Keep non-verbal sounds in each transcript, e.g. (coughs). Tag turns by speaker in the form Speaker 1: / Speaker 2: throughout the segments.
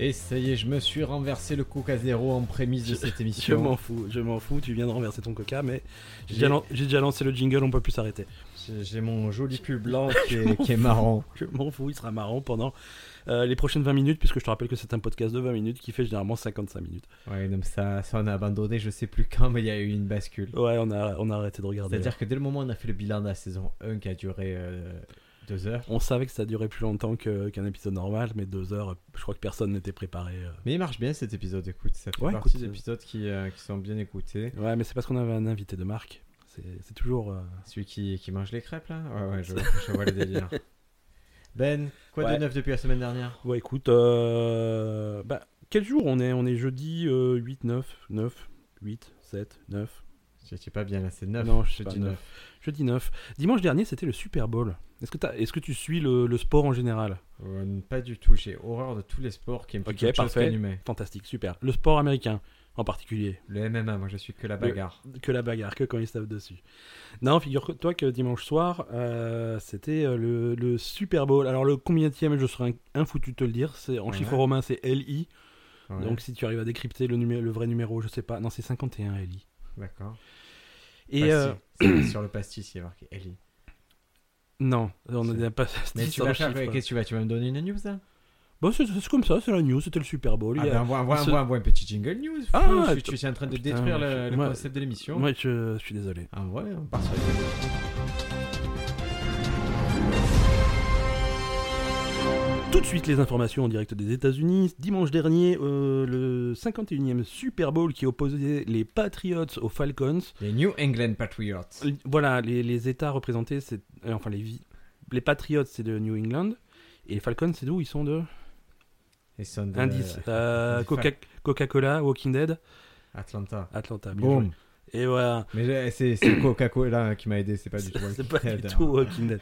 Speaker 1: Et ça y est, je me suis renversé le coca zéro en prémisse de cette
Speaker 2: Je
Speaker 1: émission.
Speaker 2: m'en fous, je m'en fous, tu viens de renverser ton coca, mais j'ai déjà, lan- j'ai déjà lancé le jingle, on peut plus s'arrêter. (laughs)
Speaker 1: J'ai- J'ai mon joli pull blanc qui est, qui est marrant.
Speaker 2: Je m'en fous, il sera marrant pendant euh, les prochaines 20 minutes, puisque je te rappelle que c'est un podcast de 20 minutes qui fait généralement 55 minutes.
Speaker 1: Ouais, donc ça, ça on a abandonné, je sais plus quand, mais il y a eu une bascule.
Speaker 2: Ouais, on a, on a arrêté de regarder.
Speaker 1: C'est-à-dire que dès le moment où on a fait le bilan de la saison 1 qui a duré 2 heures,
Speaker 2: On savait que ça durait plus longtemps que- qu'un épisode normal, mais deux heures, je crois que personne n'était préparé. euh.
Speaker 1: mais il marche bien cet épisode, écoute, ça fait
Speaker 2: Ouais,
Speaker 1: partie
Speaker 2: écoute,
Speaker 1: des épisodes qui, euh, qui sont bien écoutés.
Speaker 2: Ouais, mais c'est parce qu'on avait un invité de marque. C'est c'est toujours. euh,
Speaker 1: Celui qui, qui mange les crêpes là Ouais,
Speaker 2: (laughs)
Speaker 1: ouais, je, je vois le délire. Ben, quoi
Speaker 2: Ouais.
Speaker 1: de neuf depuis la semaine dernière
Speaker 2: Ouais, écoute, euh, bah, quel jour on est On est jeudi euh, 8, 9, 9, 8, 7, 9.
Speaker 1: Je sais pas bien là, c'est 9.
Speaker 2: Non, je sais pas,
Speaker 1: dis
Speaker 2: neuf.
Speaker 1: 9.
Speaker 2: Jeudi 9. Dimanche dernier, c'était le Super Bowl. Est-ce que, t'as- est-ce que tu suis le, le sport en général
Speaker 1: Euh, pas du tout, j'ai horreur de tous les sports qui impliquent
Speaker 2: Ok,
Speaker 1: quelque chose
Speaker 2: parfait.
Speaker 1: qu'un humain.
Speaker 2: Fantastique, super. Le sport américain en particulier.
Speaker 1: Le MMA, moi je suis que la bagarre.
Speaker 2: Que la bagarre, que quand ils se tapent dessus. Non, figure-toi que dimanche soir, euh, c'était euh, le, le Super Bowl. Alors, le combienième, je serais un, foutu de te le dire. C'est, en
Speaker 1: Ouais.
Speaker 2: chiffre romain, c'est LI.
Speaker 1: Ouais,
Speaker 2: Donc, si tu arrives à décrypter le, numé- le vrai numéro, je sais pas. Non, c'est 51 LI.
Speaker 1: D'accord.
Speaker 2: Et
Speaker 1: Pastis.
Speaker 2: euh,
Speaker 1: C'est sur le pastis, il y a marqué Ellie.
Speaker 2: non, on
Speaker 1: C'est-
Speaker 2: est pas. (laughs) c'est
Speaker 1: Mais tu
Speaker 2: sur
Speaker 1: vas
Speaker 2: le
Speaker 1: faire-
Speaker 2: chiffre.
Speaker 1: qu'est-ce que tu vas Tu vas me donner une news là
Speaker 2: Bon, c'est c'est comme ça, c'est la news, c'était le Super Bowl.
Speaker 1: Ah
Speaker 2: Il y a-
Speaker 1: ben, envoie, envoie,
Speaker 2: euh, ce-
Speaker 1: envoie, envoie un petit jingle news.
Speaker 2: Ah,
Speaker 1: Fou, je, suis-
Speaker 2: putain.
Speaker 1: je suis en train de
Speaker 2: Putain,
Speaker 1: détruire
Speaker 2: je-
Speaker 1: le, le
Speaker 2: moi-
Speaker 1: concept de l'émission.
Speaker 2: Ouais, je, je suis désolé.
Speaker 1: Ah ouais, on part sur les-
Speaker 2: Tout de suite, les informations en direct des États-Unis. Dimanche dernier, euh, le 51e Super Bowl qui opposait les Patriots aux Falcons.
Speaker 1: Les New England Patriots.
Speaker 2: Euh, Voilà, les, les États représentés, c'est euh, enfin les vi- les Patriots, c'est de New England. Et les Falcons, c'est d'où Ils sont de
Speaker 1: Ils sont de
Speaker 2: Indice. Euh,
Speaker 1: des
Speaker 2: Coca- Coca-Cola, Walking Dead,
Speaker 1: Atlanta.
Speaker 2: Atlanta. bien joué.
Speaker 1: Boom.
Speaker 2: Et voilà.
Speaker 1: Mais euh, c'est c'est Coca-Cola hein, qui m'a aidé, c'est pas du tout.
Speaker 2: C'est
Speaker 1: Walking
Speaker 2: pas du
Speaker 1: Dead. hein.
Speaker 2: tout Walking Dead.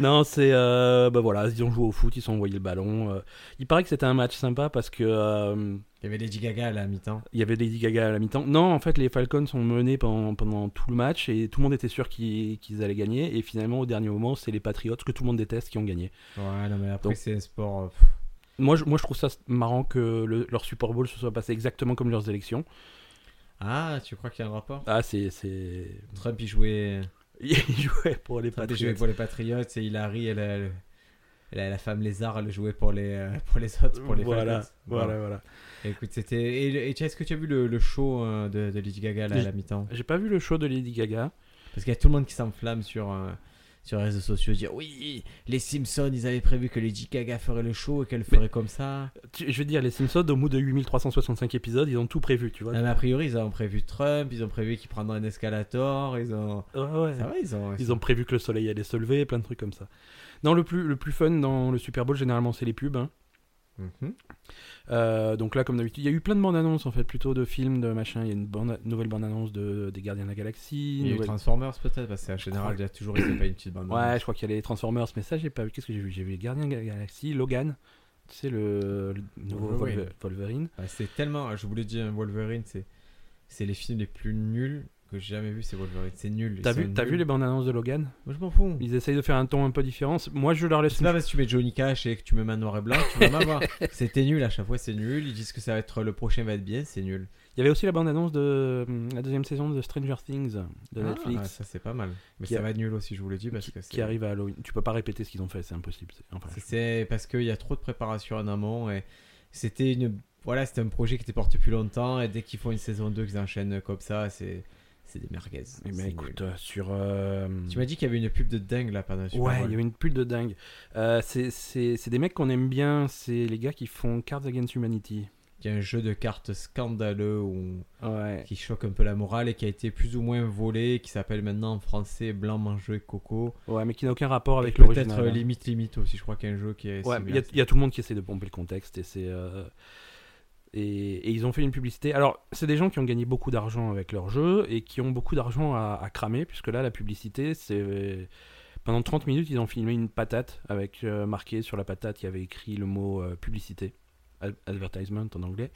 Speaker 2: non, c'est. euh, bah voilà, ils ont joué au foot, ils ont envoyé le ballon. euh. il paraît que c'était un match sympa parce que. euh,
Speaker 1: Il y avait Lady Gaga là, à mi-temps.
Speaker 2: il y avait Lady Gaga à la mi-temps. Non, en fait, les Falcons ont mené pendant, pendant tout le match et tout le monde était sûr qu'ils qu'ils allaient gagner. Et finalement, au dernier moment, c'est les Patriots que tout le monde déteste qui ont gagné.
Speaker 1: Ouais, non, mais après,
Speaker 2: Donc-
Speaker 1: c'est un sport. euh,
Speaker 2: Moi, je, moi, je trouve ça marrant que le- leur Super Bowl se soit passé exactement comme leurs élections.
Speaker 1: Ah, tu crois qu'il y a un rapport
Speaker 2: Ah, c'est. c'est- (laughs)
Speaker 1: Trump, il jouait,
Speaker 2: Ils jouaient pour les
Speaker 1: Trump, il jouait
Speaker 2: Patriots.
Speaker 1: pour les Patriots et Hillary, elle, elle, elle, la femme lézard, elle jouait pour les, euh, pour les autres, pour les
Speaker 2: voilà,
Speaker 1: Falcons.
Speaker 2: voilà, voilà.
Speaker 1: Écoute, c'était. Et, le- et tu- est-ce que tu as vu le, le show euh, de, de Lady Gaga là, à
Speaker 2: J'ai-
Speaker 1: la mi-temps
Speaker 2: J'ai pas vu le show de Lady Gaga.
Speaker 1: Parce qu'il y a tout le monde qui s'enflamme sur, euh, sur les réseaux sociaux, dire oui, les Simpsons, ils avaient prévu que Lady Gaga ferait le show et qu'elle ferait comme ça.
Speaker 2: Tu- je veux dire, les Simpsons, au bout de 8365 épisodes, ils ont tout prévu, tu vois.
Speaker 1: Non, mais a priori, ils ont prévu Trump, ils ont prévu qu'il prendrait un escalator, ils ont.
Speaker 2: Ah, Ouais, ouais.
Speaker 1: Ça va, ils ont.
Speaker 2: Ils ont prévu que le soleil allait se lever, plein de trucs comme ça. Non, le plus, le plus fun dans le Super Bowl, généralement, c'est les pubs. hein.
Speaker 1: Mhm.
Speaker 2: Euh, donc là, comme d'habitude, il y a eu plein de bandes annonces, en fait, plutôt de films, de machin. Il y a une bande- nouvelle bande annonce de, des Gardiens de la Galaxie.
Speaker 1: Il y a eu
Speaker 2: nouvelle-
Speaker 1: Transformers peut-être, parce qu'en général, il y a toujours ils avaient pas une petite bande.
Speaker 2: Ouais, je crois qu'il y a les Transformers, mais ça, j'ai pas vu. Qu'est-ce que j'ai vu J'ai vu les Gardiens de la Galaxie, Logan, tu sais, le, le nouveau
Speaker 1: Wolverine.
Speaker 2: Wolver- Wolverine.
Speaker 1: Ouais, c'est tellement. Je voulais dire Wolverine, c'est c'est les films les plus nuls que j'ai jamais vu. C'est Wolverine, c'est nul. ils
Speaker 2: T'as
Speaker 1: sont
Speaker 2: vu, t'as
Speaker 1: nuls.
Speaker 2: vu les bandes annonces de Logan
Speaker 1: Moi, je m'en fous.
Speaker 2: Ils essayent de faire un ton un peu différent. Moi, je leur laisse
Speaker 1: C'est pas parce que tu mets Johnny Cash et que tu me mets un noir et blanc, tu vas
Speaker 2: (laughs)
Speaker 1: m'avoir. C'était nul à chaque fois, c'est nul. Ils disent que ça va être le prochain va être bien, c'est nul.
Speaker 2: Il y avait aussi la bande-annonce de hum, la deuxième saison de Stranger Things de
Speaker 1: Ah,
Speaker 2: Netflix
Speaker 1: ça c'est pas mal. Mais
Speaker 2: Qui
Speaker 1: ça
Speaker 2: a-
Speaker 1: va être nul aussi, je vous le dis, parce
Speaker 2: qui,
Speaker 1: que
Speaker 2: qui
Speaker 1: c'est.
Speaker 2: arrive à Halloween. Tu peux pas répéter ce qu'ils ont fait, c'est impossible. c'est- Enfin,
Speaker 1: c'est- C'est parce qu'il y a trop de préparation en amont et c'était une. Voilà, c'était un projet qui était porté depuis longtemps et dès qu'ils font une saison 2, qu'ils enchaînent comme ça, c'est. C'est des merguez.
Speaker 2: Eh ben,
Speaker 1: c'est
Speaker 2: écoute, euh, sur. euh,
Speaker 1: nul. Tu m'as dit qu'il y avait une pub de dingue là pendant le Super
Speaker 2: Ouais, il
Speaker 1: Bowl.
Speaker 2: y avait une pute de dingue. Euh, c'est- c'est c'est des mecs qu'on aime bien, c'est les gars qui font Cards Against Humanity.
Speaker 1: Il y a un jeu de cartes scandaleux où-
Speaker 2: Ouais.
Speaker 1: qui choque un peu la morale et qui a été plus ou moins volé, qui s'appelle maintenant en français Blanc, Mangeux et Coco.
Speaker 2: Ouais, mais qui n'a aucun rapport avec
Speaker 1: Et
Speaker 2: l'original.
Speaker 1: Peut-être euh,
Speaker 2: hein.
Speaker 1: Limite Limite aussi, je crois qu'il y a un jeu qui est.
Speaker 2: Ouais, il
Speaker 1: similaire.
Speaker 2: y, a- il y a tout le monde qui essaie de pomper le contexte et c'est. euh, Et, et ils ont fait une publicité. Alors, c'est des gens qui ont gagné beaucoup d'argent avec leur jeu et qui ont beaucoup d'argent à, à cramer, puisque là, la publicité, c'est. Pendant 30 minutes, ils ont filmé une patate avec euh, marqué sur la patate, il y avait écrit le mot euh, publicité, ad- advertisement en anglais.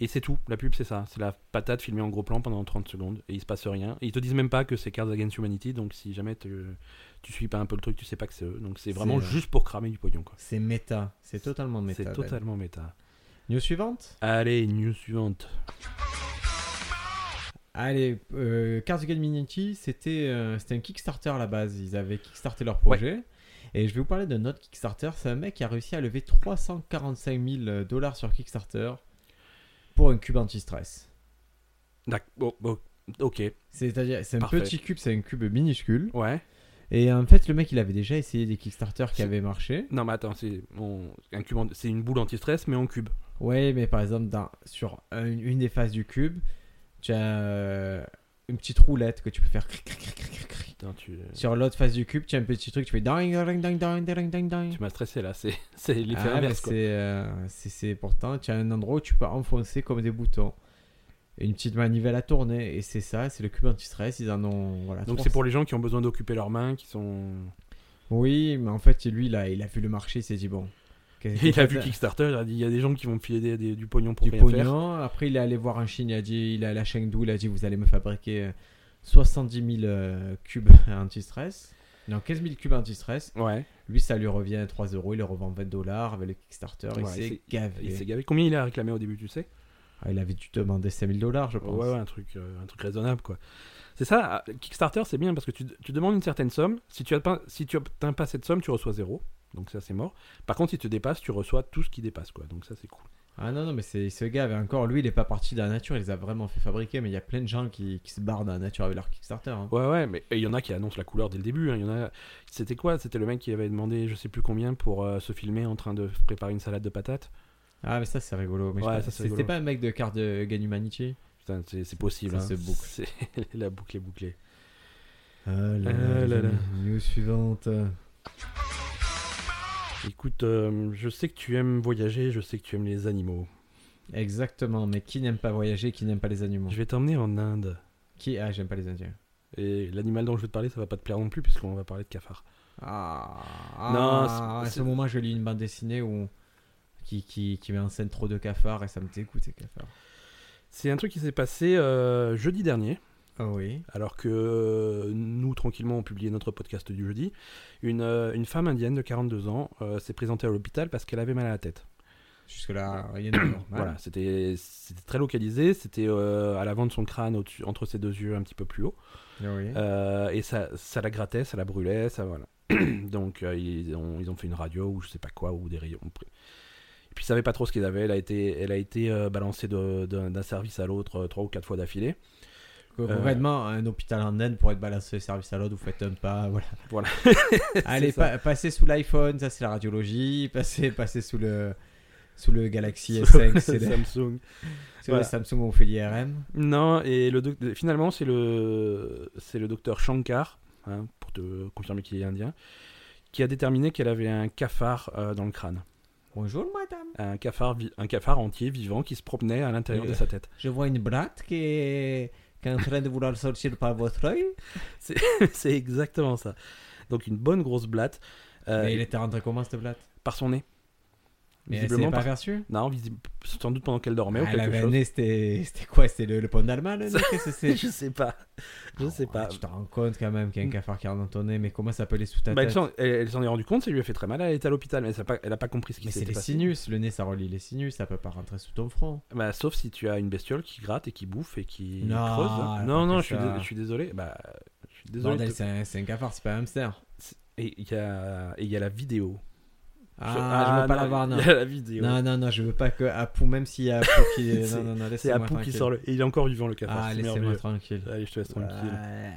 Speaker 2: Et c'est tout, la pub c'est ça, c'est la patate filmée en gros plan pendant 30 secondes et il se passe rien. Et ils te disent même pas que c'est Cards Against Humanity, donc si jamais tu, tu suis pas un peu le truc, tu sais pas que c'est eux. Donc c'est
Speaker 1: C'est,
Speaker 2: vraiment
Speaker 1: euh,
Speaker 2: juste pour cramer du pognon quoi.
Speaker 1: C'est méta, c'est totalement méta.
Speaker 2: C'est
Speaker 1: Ben.
Speaker 2: totalement méta.
Speaker 1: News suivante
Speaker 2: Allez, news suivante.
Speaker 1: Allez, euh, Cars Minity, c'était euh, c'était un Kickstarter à la base. Ils avaient kickstarté leur projet. Et je vais vous parler d'un autre Kickstarter. C'est un mec qui a réussi à lever 345 000 dollars sur Kickstarter pour un cube anti-stress.
Speaker 2: D'ac- bon, bon, ok.
Speaker 1: C'est-à-dire, c'est un
Speaker 2: Parfait.
Speaker 1: petit cube, c'est un cube minuscule.
Speaker 2: Ouais.
Speaker 1: Et en fait, le mec, il avait déjà essayé des Kickstarter qui
Speaker 2: C'est-
Speaker 1: avaient marché.
Speaker 2: Non, mais attends, c'est on- un cube, en- c'est une boule anti-stress, mais en cube.
Speaker 1: Ouais, mais par exemple, dans- sur un- une des faces du cube, tu as euh, une petite roulette que tu peux faire. cric, cric, cric, cric, cric, cric.
Speaker 2: Putain, tu,
Speaker 1: Sur l'autre face du cube, tu as un petit truc, tu fais ding, ding, ding, ding, ding, ding, ding.
Speaker 2: tu m'as stressé là. C'est (laughs) c'est l'effet
Speaker 1: Ah, mais
Speaker 2: inverse. quoi.
Speaker 1: c'est, euh, c'est- c'est pourtant, tu as un endroit où tu peux enfoncer comme des boutons. Et Une petite manivelle à tourner, et c'est ça, c'est le cube anti-stress. Ils en ont. Voilà,
Speaker 2: Donc
Speaker 1: trois-
Speaker 2: c'est pour les gens qui ont besoin d'occuper leurs mains, qui sont.
Speaker 1: Oui, mais en fait, lui, là, il a vu le marché, il s'est dit bon. qu'est-ce
Speaker 2: (laughs) Il
Speaker 1: qu'on fait
Speaker 2: a vu Kickstarter, il a dit il y a des gens qui vont me filer des- des- du pognon pour
Speaker 1: du
Speaker 2: rien faire.
Speaker 1: pognon. Après, il est allé voir en Chine, il a dit, il est allé à Chengdu, il a dit, vous allez me fabriquer euh, 70 000 euh, cubes (laughs) anti-stress. Non, 15 000 cubes anti-stress.
Speaker 2: Ouais.
Speaker 1: Lui, ça lui revient à 3 euros, il le revend 20 dollars avec le Kickstarter. il
Speaker 2: Ouais,
Speaker 1: s'est
Speaker 2: c'est-
Speaker 1: gavé.
Speaker 2: Il s'est gavé. Combien il a réclamé au début, tu sais
Speaker 1: Ah, il avait dû demander 5 000 dollars, je pense.
Speaker 2: Ouais, ouais, un truc, euh, un truc raisonnable, quoi. C'est ça, euh, Kickstarter, c'est bien parce que tu, tu demandes une certaine somme. Si tu n'obtiens si tu obtiens pas cette somme, tu reçois zéro. Donc ça, c'est mort. Par contre, si tu dépasses, tu reçois tout ce qui dépasse, quoi. Donc ça, c'est cool.
Speaker 1: Ah non, non, mais c'est, il se gave. Et encore, lui, il est pas parti de la nature, il les a vraiment fait fabriquer. Mais il y a plein de gens qui, qui se barrent de la nature avec leur Kickstarter. hein.
Speaker 2: Ouais, ouais, mais et il y en a qui annoncent la couleur dès le début. hein. Il y en a. C'était quoi C'était le mec qui avait demandé je sais plus combien pour euh, se filmer en train de préparer une salade de patates.
Speaker 1: Ah, mais ça, c'est rigolo. Mais je
Speaker 2: Ouais,
Speaker 1: sais
Speaker 2: ça,
Speaker 1: pas,
Speaker 2: c'est
Speaker 1: c'était
Speaker 2: rigolo.
Speaker 1: pas un mec de carte de Ganumanichi
Speaker 2: Putain, c'est c'est
Speaker 1: Ça
Speaker 2: possible. hein.
Speaker 1: se boucle.
Speaker 2: (laughs) C'est- la boucle est bouclée.
Speaker 1: Ah là
Speaker 2: Ah là
Speaker 1: les
Speaker 2: là.
Speaker 1: amis. News suivante.
Speaker 2: Écoute, euh, je sais que tu aimes voyager, je sais que tu aimes les animaux.
Speaker 1: Exactement, mais qui n'aime pas voyager, qui n'aime pas les animaux
Speaker 2: Je vais t'emmener en Inde.
Speaker 1: Qui Ah, j'aime pas les Indiens.
Speaker 2: Et l'animal dont je veux te parler, ça va pas te plaire non plus, puisqu'on va parler de cafard.
Speaker 1: Ah,
Speaker 2: Non,
Speaker 1: ah,
Speaker 2: c'est-
Speaker 1: à
Speaker 2: c'est-
Speaker 1: ce moment, je lis une bande dessinée où qui, qui, qui met en scène trop de cafards et ça me dégoûte, ces cafards.
Speaker 2: C'est un truc qui s'est passé euh, jeudi dernier,
Speaker 1: Ah oui
Speaker 2: alors que euh, nous, tranquillement, on publiait notre podcast du jeudi. Une, euh, une femme indienne de 42 ans euh, s'est présentée à l'hôpital parce qu'elle avait mal à la tête. (coughs)
Speaker 1: Jusque-là, rien de normal.
Speaker 2: Voilà, c'était c'était très localisé, c'était euh, à l'avant de son crâne, au-dessus- entre ses deux yeux, un petit peu plus haut.
Speaker 1: Ah oui.
Speaker 2: Euh, et ça, ça la grattait, ça la brûlait, ça voilà. (clears throat) Donc euh, ils, ont, ils ont fait une radio ou je sais pas quoi ou des rayons. Et puis ils savaient pas trop ce qu'ils avaient. Elle a été, elle a été euh, balancée de- de- d'un service à l'autre euh, trois ou quatre fois d'affilée.
Speaker 1: Co- Concrètement,
Speaker 2: euh,
Speaker 1: un hôpital en Inde, pour être balancé de service à l'autre, vous faites un pas, voilà. (laughs)
Speaker 2: Voilà. (laughs)
Speaker 1: Allez,
Speaker 2: C'est ça.
Speaker 1: pa- passez sous l'iPhone, ça c'est la radiologie. Passez, passez sous le sous le Galaxy
Speaker 2: Sous
Speaker 1: S5,
Speaker 2: le (laughs)
Speaker 1: c'est le,
Speaker 2: Samsung.
Speaker 1: sous le
Speaker 2: voilà.
Speaker 1: Samsung où on fait l'IRM.
Speaker 2: Non et le doc- finalement c'est le c'est le docteur Shankar hein, pour te confirmer qu'il est indien qui a déterminé qu'elle avait un cafard euh, dans le crâne,
Speaker 1: Bonjour madame.
Speaker 2: un cafard vi- un cafard entier vivant qui se promenait à l'intérieur de sa tête.
Speaker 1: Je vois une blatte qui est, qui est en train de vouloir sortir par votre œil.
Speaker 2: Euh, (laughs) C'est exactement ça. Donc une bonne grosse blatte euh,
Speaker 1: Mais il était rentré comment cette blatte
Speaker 2: par son nez.
Speaker 1: Mais elle s'est
Speaker 2: Visiblement
Speaker 1: pas
Speaker 2: par...
Speaker 1: aperçue
Speaker 2: Non, visible- sans doute pendant qu'elle dormait ou
Speaker 1: Elle
Speaker 2: quelque
Speaker 1: avait un
Speaker 2: (laughs) chose.
Speaker 1: nez, c'était c'était quoi C'était le, le pont d'Allemagne
Speaker 2: (laughs)
Speaker 1: le nez Qu'est-ce que c'est
Speaker 2: je sais pas. Je
Speaker 1: Ah
Speaker 2: sais
Speaker 1: ouais,
Speaker 2: pas. Mm.
Speaker 1: Tu te rends compte quand même qu'il y a un cafard qui est dans ton nez, mais comment ça peut aller sous ta
Speaker 2: Bah, elle
Speaker 1: tête
Speaker 2: s'en- elle elle s'en est rendue compte, ça lui a fait très mal, elle est à l'hôpital, mais elle n'a pas, elle a pas compris ce qui
Speaker 1: Mais c'est
Speaker 2: s'était
Speaker 1: les
Speaker 2: passé.
Speaker 1: sinus, le nez ça relie les sinus, ça peut pas rentrer sous ton front.
Speaker 2: Bah, sauf si tu as une bestiole qui gratte et qui bouffe et qui
Speaker 1: Non,
Speaker 2: creuse.
Speaker 1: elle a pas
Speaker 2: Non, non,
Speaker 1: fait
Speaker 2: je suis,
Speaker 1: ça.
Speaker 2: dé- je suis désolé. Bah, je suis désolé.
Speaker 1: Bordel, c'est un, c'est un cafard, c'est pas un hamster.
Speaker 2: Et il y, a... et il y a la vidéo.
Speaker 1: Ah, je veux pas la voir, non.
Speaker 2: (laughs) Il y a la vidéo.
Speaker 1: Non, non, non, je veux pas que Apu, même s'il y a Apu
Speaker 2: (laughs)
Speaker 1: qui.
Speaker 2: C'est-
Speaker 1: non, non, non,
Speaker 2: c'est
Speaker 1: laissez-moi
Speaker 2: Apu qui
Speaker 1: tranquille.
Speaker 2: sort le... Et il est encore vivant, le cafard.
Speaker 1: Ah,
Speaker 2: c'est
Speaker 1: laissez-moi
Speaker 2: merveilleux.
Speaker 1: tranquille.
Speaker 2: Allez, je te laisse tranquille.
Speaker 1: Ouais.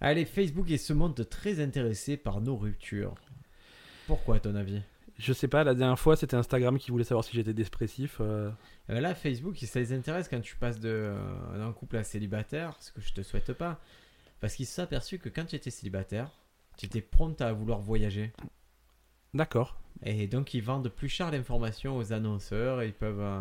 Speaker 1: Allez, Facebook et ce monde très intéressé par nos ruptures. Pourquoi, à ton avis
Speaker 2: Je sais pas, la dernière fois c'était Instagram qui voulait savoir si j'étais dépressif. euh,
Speaker 1: Eh ben Là, Facebook, ça les intéresse quand tu passes de, euh, d'un couple à célibataire, ce que je te souhaite pas. Parce qu'ils se sont aperçus que quand tu étais célibataire, tu étais prompte à vouloir voyager.
Speaker 2: D'accord.
Speaker 1: Et donc, ils vendent plus cher l'information aux annonceurs et ils peuvent. euh,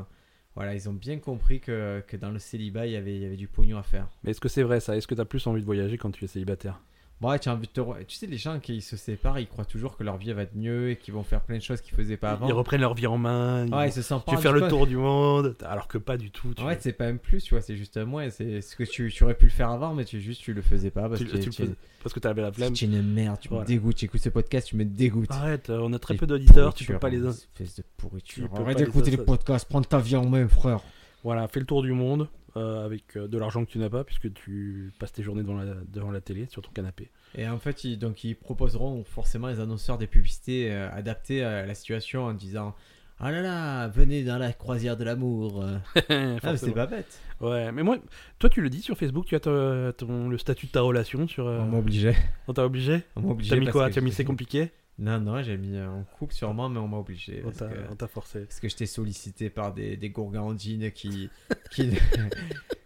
Speaker 1: voilà, ils ont bien compris que, que dans le célibat, il y avait- il y avait du pognon à faire.
Speaker 2: Mais est-ce que c'est vrai ça Est-ce que t'as plus envie de voyager quand tu es célibataire
Speaker 1: Bah Ouais, tu as envie de te re- Tu sais, les gens qui se séparent, ils croient toujours que leur vie va être mieux et qu'ils vont faire plein de choses qu'ils faisaient pas Bah, avant.
Speaker 2: Ils reprennent leur vie en main. ils
Speaker 1: Ouais,
Speaker 2: vont-
Speaker 1: ils se sentent pas
Speaker 2: tu veux faire
Speaker 1: rendus
Speaker 2: le
Speaker 1: compte.
Speaker 2: tour du monde, alors que pas du tout. Tu,
Speaker 1: Ouais, c'est pas même plus, tu vois, c'est juste moins. C'est ce que tu, tu aurais pu le faire avant, mais tu juste tu le faisais pas parce
Speaker 2: tu-
Speaker 1: que
Speaker 2: tu le
Speaker 1: tu es-
Speaker 2: faisais- parce que t'avais la flemme.
Speaker 1: tu es une merde, tu me
Speaker 2: Voilà.
Speaker 1: dégoûtes. J'écoute ce podcast, tu me dégoûtes.
Speaker 2: Arrête, euh, on a très
Speaker 1: Les
Speaker 2: peu d'auditeurs, tu peux
Speaker 1: pourritures,
Speaker 2: pas les.
Speaker 1: Espèce de pourriture.
Speaker 2: tu peux
Speaker 1: Arrête
Speaker 2: pas les
Speaker 1: d'écouter les
Speaker 2: assoc-
Speaker 1: podcasts, prends ta vie en main, frère.
Speaker 2: Voilà, fais le tour du monde euh, avec euh, de l'argent que tu n'as pas, puisque tu passes tes journées devant la, devant la télé, sur ton
Speaker 1: (coughs)
Speaker 2: canapé.
Speaker 1: Et en fait, ils, donc, ils proposeront forcément les annonceurs des publicités euh, adaptées à la situation en disant Ah là là, venez dans la croisière de l'amour. Euh, ah, mais c'est
Speaker 2: Forcément.
Speaker 1: pas bête.
Speaker 2: Ouais, mais moi, toi, tu le dis sur Facebook, tu as ton, ton- le statut de ta relation sur. euh,
Speaker 1: On m'obligeait.
Speaker 2: on t'a obligé
Speaker 1: On m'a obligé
Speaker 2: T'as mis
Speaker 1: parce
Speaker 2: quoi
Speaker 1: que-
Speaker 2: T'as mis c'est compliqué
Speaker 1: Non, non, j'ai mis euh, en couple sûrement, mais on m'a obligé.
Speaker 2: On
Speaker 1: Parce
Speaker 2: t'a
Speaker 1: que,
Speaker 2: on t'a forcé.
Speaker 1: parce que j'étais sollicité par des, des gourgandines qui. qui (laughs)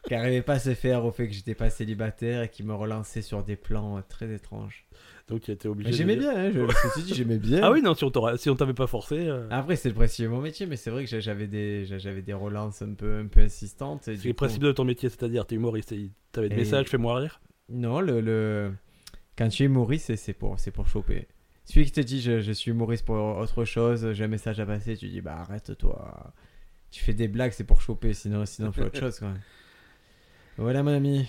Speaker 1: qui n'arrivaient pas à se faire au fait que j'étais pas célibataire et qui me relançaient sur des plans euh, très étranges.
Speaker 2: Donc, tu étais obligé.
Speaker 1: Mais
Speaker 2: de
Speaker 1: j'aimais bien, hein, (laughs)
Speaker 2: dire-
Speaker 1: je, je me suis dit, j'aimais bien.
Speaker 2: Ah oui, non, si on t'aura- si on t'avait pas forcé. euh,
Speaker 1: Après, c'est le principe de mon métier, mais c'est vrai que j'a- j'avais des, j'a- j'avais des relances un peu, un peu insistantes. et
Speaker 2: C'est
Speaker 1: du
Speaker 2: le
Speaker 1: coup-
Speaker 2: principe de ton métier, c'est-à-dire, t'es humoriste, et t'avais des
Speaker 1: Et-
Speaker 2: messages, fais-moi rire.
Speaker 1: Non, le, le- quand tu es humoriste, c'est- c'est pour, c'est pour choper. Celui qui te dit je, je suis humoriste pour autre chose, j'ai un message à passer, tu dis bah arrête-toi. Tu fais des blagues, c'est pour choper, sinon, sinon fais autre chose
Speaker 2: (laughs)
Speaker 1: quand même. Voilà mon ami,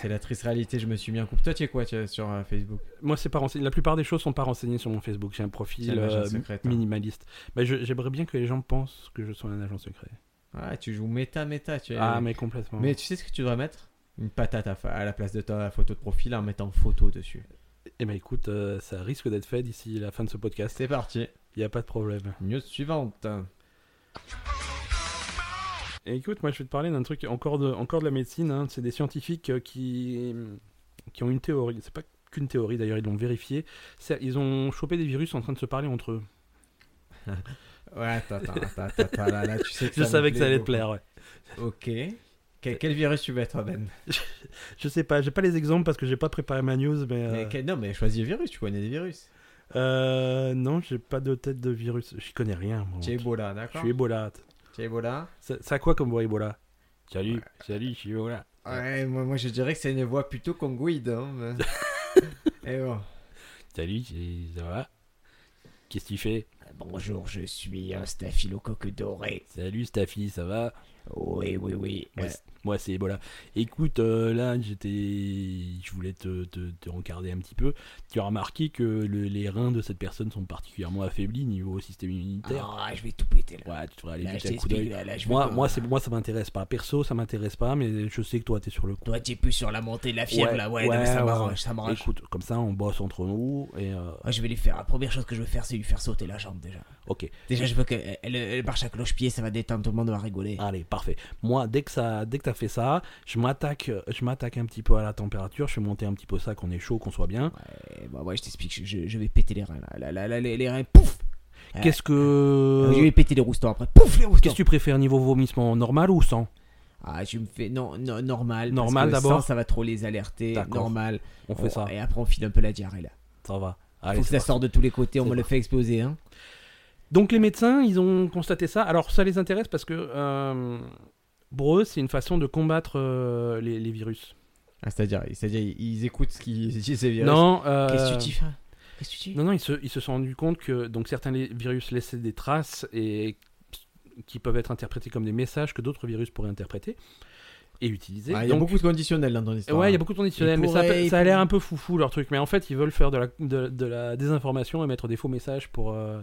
Speaker 1: c'est la triste réalité, je me suis mis en couple. Toi tu es quoi tu es sur euh, Facebook
Speaker 2: Moi, c'est pas renseigné. La plupart des choses sont pas renseignées sur mon Facebook. J'ai un
Speaker 1: C'est
Speaker 2: profil
Speaker 1: un agent
Speaker 2: euh,
Speaker 1: secret, toi.
Speaker 2: minimaliste. Mais je- j'aimerais bien que les gens pensent que je sois un agent secret.
Speaker 1: Ah tu joues méta méta, tu es... euh,
Speaker 2: Ah, mais complètement.
Speaker 1: mais tu sais ce que tu devrais mettre Une patate à, fa- à la place de ta photo de profil en mettant photo dessus.
Speaker 2: Eh ben, écoute, euh, ça risque d'être fait d'ici la fin de ce podcast.
Speaker 1: C'est parti,
Speaker 2: Il n'y a pas de problème.
Speaker 1: news suivante.
Speaker 2: Et écoute, moi, je vais te parler d'un truc encore de, encore de la médecine. hein. C'est des scientifiques euh, qui, qui ont une théorie. C'est pas qu'une théorie, d'ailleurs, ils l'ont vérifié. C'est- Ils ont chopé des virus en train de se parler entre eux.
Speaker 1: Ouais, attends, attends, attends, attends, attends, là, là, tu sais que
Speaker 2: Je
Speaker 1: ça me
Speaker 2: savais que ça allait te
Speaker 1: beaucoup.
Speaker 2: plaire, ouais.
Speaker 1: Ok. Quel, quel virus tu veux être, Ben
Speaker 2: Je sais pas, j'ai pas les exemples parce que j'ai pas préparé ma news, mais. euh,
Speaker 1: Mais quel- Non, mais choisis le virus, tu connais des virus.
Speaker 2: Euh, non, j'ai pas de tête de virus. J'y connais rien. moi.
Speaker 1: Tu es Ebola,
Speaker 2: Je
Speaker 1: d'accord
Speaker 2: suis Ebola.
Speaker 1: Tu es Ebola
Speaker 2: Ça, ça a quoi comme voix Ebola Salut, salut, je suis Ebola.
Speaker 1: Ouais, moi, moi je dirais que c'est une voix plutôt congoïde. Hein,
Speaker 3: (laughs)
Speaker 1: mais- Et bon.
Speaker 2: Salut, c'est- ça va Qu'est-ce que tu fais
Speaker 3: Bonjour, je suis un staphylocoque doré.
Speaker 2: Salut, Staffy, ça va
Speaker 3: Oui, oui, oui.
Speaker 2: Moi,
Speaker 3: euh,
Speaker 2: c'est- Moi, c'est Ebola. Écoute, euh, là, j'étais. Je voulais te, te, te rencarder un petit peu. Tu as remarqué que le- les reins de cette personne sont particulièrement affaiblis niveau système immunitaire.
Speaker 3: Ah, je vais tout péter là.
Speaker 2: Ouais, tu devrais aller
Speaker 3: Là, je
Speaker 2: jeter un coup d'œil.
Speaker 3: t'explique là, là, je
Speaker 2: Moi,
Speaker 3: veux pas-
Speaker 2: moi, c'est- moi, ça m'intéresse pas. Perso, ça m'intéresse pas, mais je sais que toi, t'es sur le coup.
Speaker 3: Toi, tu plus sur la montée de la fièvre
Speaker 2: Ouais,
Speaker 3: là, ouais,
Speaker 2: ouais,
Speaker 3: non, mais ça
Speaker 2: ouais,
Speaker 3: m'arrange,
Speaker 2: ouais.
Speaker 3: ça m'arrange.
Speaker 2: Écoute, comme ça, on bosse entre nous et. euh,
Speaker 3: Moi, je vais lui faire. La première chose que je veux faire, c'est lui faire sauter la jambe déjà.
Speaker 2: ok,
Speaker 3: Déjà, je veux qu'elle elle, elle marche à cloche-pied, ça va détendre, tout le monde va rigoler.
Speaker 2: allez, parfait. Moi, dès que ça, dès que t'as fait ça, je m'attaque, je m'attaque un petit peu à la température. Je fais monter un petit peu ça, qu'on est chaud, qu'on soit bien.
Speaker 3: Et moi, moi, je t'explique, je- je, je vais péter les reins là. là, là, là, les, les reins, pouf Ouais.
Speaker 2: Qu'est-ce que,
Speaker 3: Je vais péter les roustons après, pouf les roustons
Speaker 2: Euh. qu'est-ce que tu préfères niveau vomissement, normal ou sans
Speaker 3: Ah, tu me fais. Non, non normal. parce
Speaker 2: Normal,
Speaker 3: que
Speaker 2: d'abord.
Speaker 3: sans, ça va trop les alerter.
Speaker 2: D'accord.
Speaker 3: Normal.
Speaker 2: On fait ça,
Speaker 3: Et après, on file un peu la diarrhée là.
Speaker 2: ça va.
Speaker 3: Faut
Speaker 2: Allez,
Speaker 3: que
Speaker 2: c'est
Speaker 3: ça
Speaker 2: parti.
Speaker 3: sorte de tous les côtés, on
Speaker 2: C'est
Speaker 3: me le
Speaker 2: parti.
Speaker 3: fait exploser. Hein.
Speaker 2: Donc les médecins, ils ont constaté ça. Alors ça les intéresse parce que euh, pour eux, c'est une façon de combattre euh, les, les virus.
Speaker 1: Ah, c'est-à-dire, c'est-à-dire, ils- ils écoutent ce
Speaker 2: (laughs)
Speaker 1: qu'ils disent ces virus.
Speaker 2: Non. euh,
Speaker 3: Qu'est-ce que tu dis hein Qu'est-ce que tu dis
Speaker 2: Non, non, ils se, ils se sont rendus compte que donc certains les- virus laissaient des traces et qui peuvent être interprétés comme des messages que d'autres virus pourraient interpréter et utiliser.
Speaker 1: Ah, il y a
Speaker 2: Donc-
Speaker 1: beaucoup de conditionnels
Speaker 3: hein,
Speaker 1: dans ton histoire.
Speaker 2: Ouais, il y a beaucoup de conditionnels,
Speaker 1: Ils
Speaker 2: mais ça,
Speaker 1: pourraient-
Speaker 2: ça a l'air un peu foufou leur truc. Mais en fait, ils veulent faire de la, de, de la désinformation et mettre des faux messages pour euh,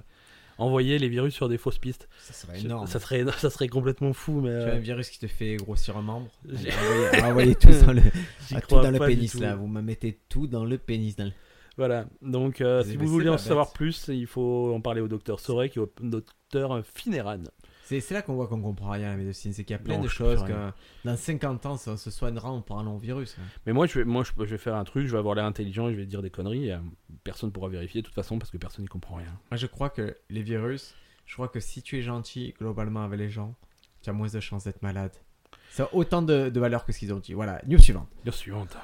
Speaker 2: envoyer les virus sur des fausses pistes.
Speaker 1: Ça serait énorme.
Speaker 2: Ça serait, (laughs) ça serait complètement fou, mais
Speaker 1: Tu as
Speaker 2: euh,
Speaker 1: un virus qui te fait grossir un membre.
Speaker 2: J'ai-
Speaker 1: Envoyez, envoyez
Speaker 2: (laughs)
Speaker 1: tout dans le,
Speaker 2: j'y
Speaker 1: ah, tout
Speaker 2: crois
Speaker 1: dans le
Speaker 2: pas du
Speaker 1: pénis
Speaker 2: tout.
Speaker 1: là. Vous me mettez tout dans le pénis. Dans le-
Speaker 2: Voilà. Donc, euh, si
Speaker 1: Mais
Speaker 2: vous
Speaker 1: c'est
Speaker 2: voulez
Speaker 1: pas
Speaker 2: en
Speaker 1: bête.
Speaker 2: savoir plus, il faut en parler au docteur Sorek et au docteur Fineran.
Speaker 1: C'est c'est là qu'on voit qu'on comprend rien à la médecine. C'est qu'il y a plein
Speaker 2: Non,
Speaker 1: de
Speaker 2: je
Speaker 1: choses.
Speaker 2: comprends
Speaker 1: Que, dans 50 ans, on se soignera en parlant au virus. hein.
Speaker 2: Mais moi, je vais, moi, je, je vais faire un truc, je vais avoir l'air intelligent et je vais dire des conneries. Et, euh, personne pourra vérifier de toute façon parce que personne n'y comprend rien.
Speaker 1: Moi, je crois que les virus, je crois que si tu es gentil globalement avec les gens, tu as moins de chances d'être malade. Ça a autant de, de valeur que ce qu'ils ont dit. Voilà, news suivante.
Speaker 2: La suivante.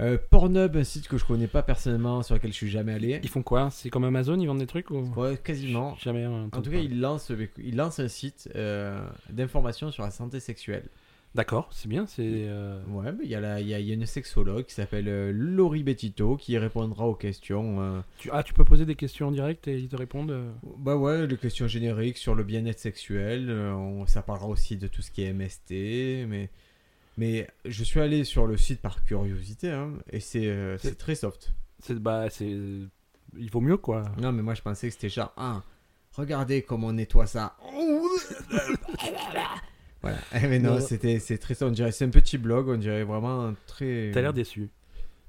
Speaker 1: Euh, Pornhub, un site que je connais pas personnellement, sur lequel je suis jamais allé.
Speaker 2: Ils font quoi C'est comme Amazon, ils vendent des trucs ou
Speaker 1: Ouais, quasiment.
Speaker 2: Jamais.
Speaker 1: En tout cas, il lance, il lance un site euh, d'information sur la santé sexuelle.
Speaker 2: D'accord, c'est bien, c'est. euh,
Speaker 1: Ouais, mais il y, a la- il y a- il y a une sexologue qui s'appelle euh, Laurie Bettito qui répondra aux questions. euh,
Speaker 2: Tu... Ah, tu peux poser des questions en direct et ils te répondent. euh,
Speaker 1: Bah ouais, les questions génériques sur le bien-être sexuel, euh, on, ça parlera aussi de tout ce qui est MST, mais, mais je suis allé sur le site par curiosité, hein, et c'est euh,
Speaker 2: C'est-
Speaker 1: c'est très soft.
Speaker 2: C'est bah, c'est. Il vaut mieux quoi.
Speaker 1: Non, mais moi je pensais que c'était genre, ah, regardez comment on nettoie ça. (laughs) voilà, Eh, mais non,
Speaker 2: Non.
Speaker 1: c'était c'est très soft, on dirait, c'est un petit blog, on dirait vraiment un très...
Speaker 2: T'as l'air déçu.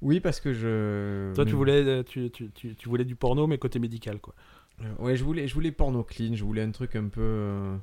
Speaker 1: Oui, parce que je...
Speaker 2: Toi,
Speaker 1: mais-
Speaker 2: tu voulais, euh, tu, tu, tu, tu voulais du porno mais côté médical quoi.
Speaker 1: Euh, Ouais, je voulais, je voulais porno clean, je voulais un truc un peu. euh,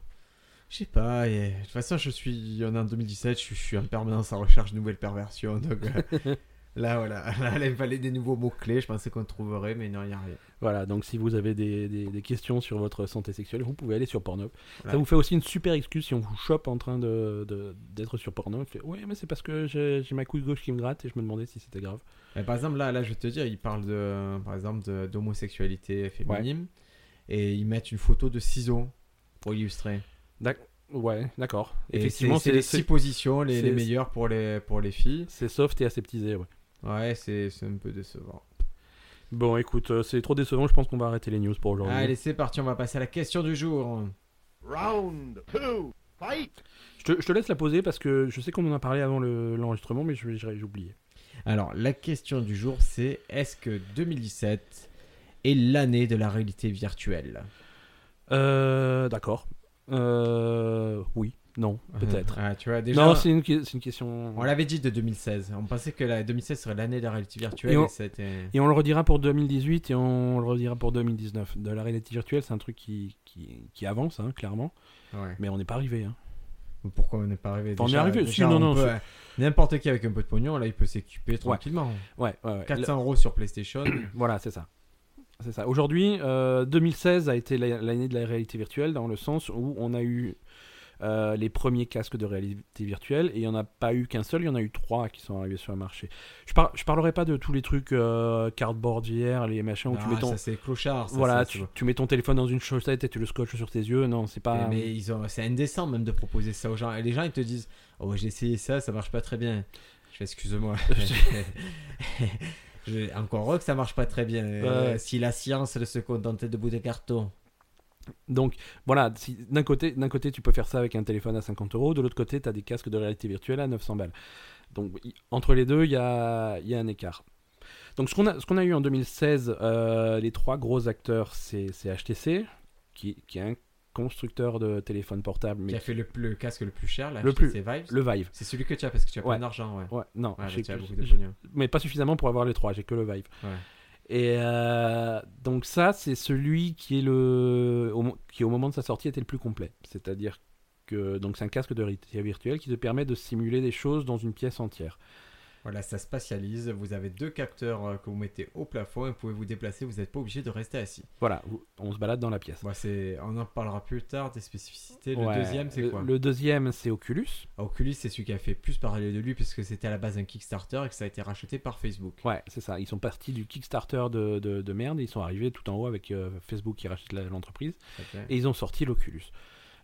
Speaker 1: je sais pas, et- de toute façon, je suis. On est en 2017, je, suis- je suis en permanence en recherche de nouvelles perversions, donc.
Speaker 2: (laughs)
Speaker 1: euh, là, voilà, (laughs) là, il me fallait des nouveaux mots-clés, je pensais qu'on trouverait, mais non, il n'y a rien.
Speaker 2: Voilà, donc si vous avez des, des- des questions sur votre santé sexuelle, vous pouvez aller sur Pornhub.
Speaker 1: Voilà.
Speaker 2: Ça vous fait aussi une super excuse si on vous chope en train de, de- d'être sur Pornhub. Fait, ouais, mais c'est parce que j'ai, j'ai ma couille gauche qui me gratte et je me demandais si c'était grave.
Speaker 1: Mais par exemple, là, là, je vais te dire, ils parlent de, par exemple de- d'homosexualité féminine, et ils mettent une photo de ciseaux pour illustrer.
Speaker 2: Ouais, d'accord.
Speaker 1: Et
Speaker 2: Effectivement,
Speaker 1: c'est
Speaker 2: c'est,
Speaker 1: c'est les
Speaker 2: c'est-
Speaker 1: six positions les,
Speaker 2: c'est-
Speaker 1: les meilleures pour les, pour les filles.
Speaker 2: c'est soft et aseptisé. Ouais.
Speaker 1: Ouais, c'est c'est un peu décevant.
Speaker 2: Bon, écoute, euh, c'est trop décevant. Je pense qu'on va arrêter les news pour aujourd'hui.
Speaker 1: Allez, c'est parti, on va passer à la question du jour.
Speaker 4: Round two, fight!
Speaker 2: Je, te, je te laisse la poser parce que je sais qu'on en a parlé avant le- l'enregistrement, mais je, j'ai, j'ai oublié.
Speaker 1: Alors, la question du jour, c'est est-ce que 2017 est l'année de la réalité virtuelle
Speaker 2: Euh, d'accord. Euh, oui, non, peut-être.
Speaker 1: Ah, tu vois, déjà,
Speaker 2: non, c'est une, que- c'est une question.
Speaker 1: on l'avait dit de 2016. On pensait que la 2016 serait l'année de la réalité virtuelle.
Speaker 2: Et
Speaker 1: Et
Speaker 2: on-
Speaker 1: c'était-
Speaker 2: Et on le redira pour 2018 et on le redira pour 2019. De la réalité virtuelle, c'est un truc qui, qui, qui avance, hein, clairement.
Speaker 1: Ouais.
Speaker 2: Mais on n'est pas arrivé. hein.
Speaker 1: Pourquoi on n'est pas arrivé
Speaker 2: On
Speaker 1: Déjà-
Speaker 2: est arrivé,
Speaker 1: déjà,
Speaker 2: si, non,
Speaker 1: on
Speaker 2: non,
Speaker 1: peut- euh, N'importe qui avec un peu de pognon, là, il peut s'équiper tranquillement.
Speaker 2: Ouais, ouais, ouais.
Speaker 1: 400 euros sur PlayStation.
Speaker 2: Le- Voilà, c'est ça. C'est ça. Aujourd'hui, euh, 2016 a été la- l'année de la réalité virtuelle dans le sens où on a eu euh, les premiers casques de réalité virtuelle et il n'y en a pas eu qu'un seul, il y en a eu trois qui sont arrivés sur le marché. Je, par- je parlerai pas de tous les trucs euh, cardboard VR, les machins où tu mets
Speaker 1: Ah,
Speaker 2: ton...
Speaker 1: ça, c'est clochard. ça,
Speaker 2: voilà,
Speaker 1: ça,
Speaker 2: tu,
Speaker 1: vois.
Speaker 2: tu mets ton téléphone dans une chaussette et tu le scotches sur tes yeux. Non, c'est pas.
Speaker 1: Eh, Mais, mais ils ont, c'est indécent même de proposer ça aux gens. Et les gens, ils te disent Oh, j'ai essayé ça, ça marche pas très bien. Je fais
Speaker 2: (laughs)
Speaker 1: Excuse-moi. (laughs) Je- Encore heureux que ça marche pas très bien. Euh,
Speaker 2: Ouais.
Speaker 1: si la science elle se contentait de bouts de carton.
Speaker 2: Donc voilà, si- d'un côté, d'un côté, tu peux faire ça avec un téléphone à 50 euros, de l'autre côté, tu as des casques de réalité virtuelle à 900 balles. Donc i- entre les deux, il y a, il y a un écart. Donc ce qu'on a, ce qu'on a eu en 2016, euh, les trois gros acteurs, c'est c'est HTC, qui, qui est un constructeur de téléphone portable,
Speaker 1: Qui
Speaker 2: mais
Speaker 1: a fait le, le casque le plus cher, la
Speaker 2: Le
Speaker 1: HTC Vive.
Speaker 2: le Vive.
Speaker 1: C'est celui que tu as parce que tu as
Speaker 2: Ouais.
Speaker 1: plein d'argent. Ouais.
Speaker 2: Ouais, non,
Speaker 1: Ouais,
Speaker 2: j'ai-
Speaker 1: bah, tu as beaucoup de
Speaker 2: j'ai-
Speaker 1: pognon.
Speaker 2: mais pas suffisamment pour avoir les trois, j'ai que le Vive.
Speaker 1: Ouais.
Speaker 2: Et euh, donc ça, c'est celui qui est le au, mo- qui au moment de sa sortie était le plus complet. C'est-à-dire que donc c'est un casque de réalité virtuelle qui te permet de simuler des choses dans une pièce entière.
Speaker 1: Voilà, ça spatialise. Vous avez deux capteurs euh, que vous mettez au plafond et vous pouvez vous déplacer. Vous n'êtes pas obligé de rester assis.
Speaker 2: Voilà, où- on se balade dans la pièce.
Speaker 1: Bon, c'est, on en parlera plus tard des spécificités. Le
Speaker 2: Ouais.
Speaker 1: deuxième, c'est
Speaker 2: Le-
Speaker 1: quoi
Speaker 2: Le deuxième, c'est Oculus.
Speaker 1: Oculus, c'est celui qui a fait plus parler de lui parce que c'était à la base un Kickstarter et que ça a été racheté par Facebook.
Speaker 2: Ouais, c'est ça. Ils sont partis du Kickstarter de, de- de merde. Ils sont arrivés tout en haut avec euh, Facebook qui rachète la- l'entreprise. Et ils ont sorti l'Oculus.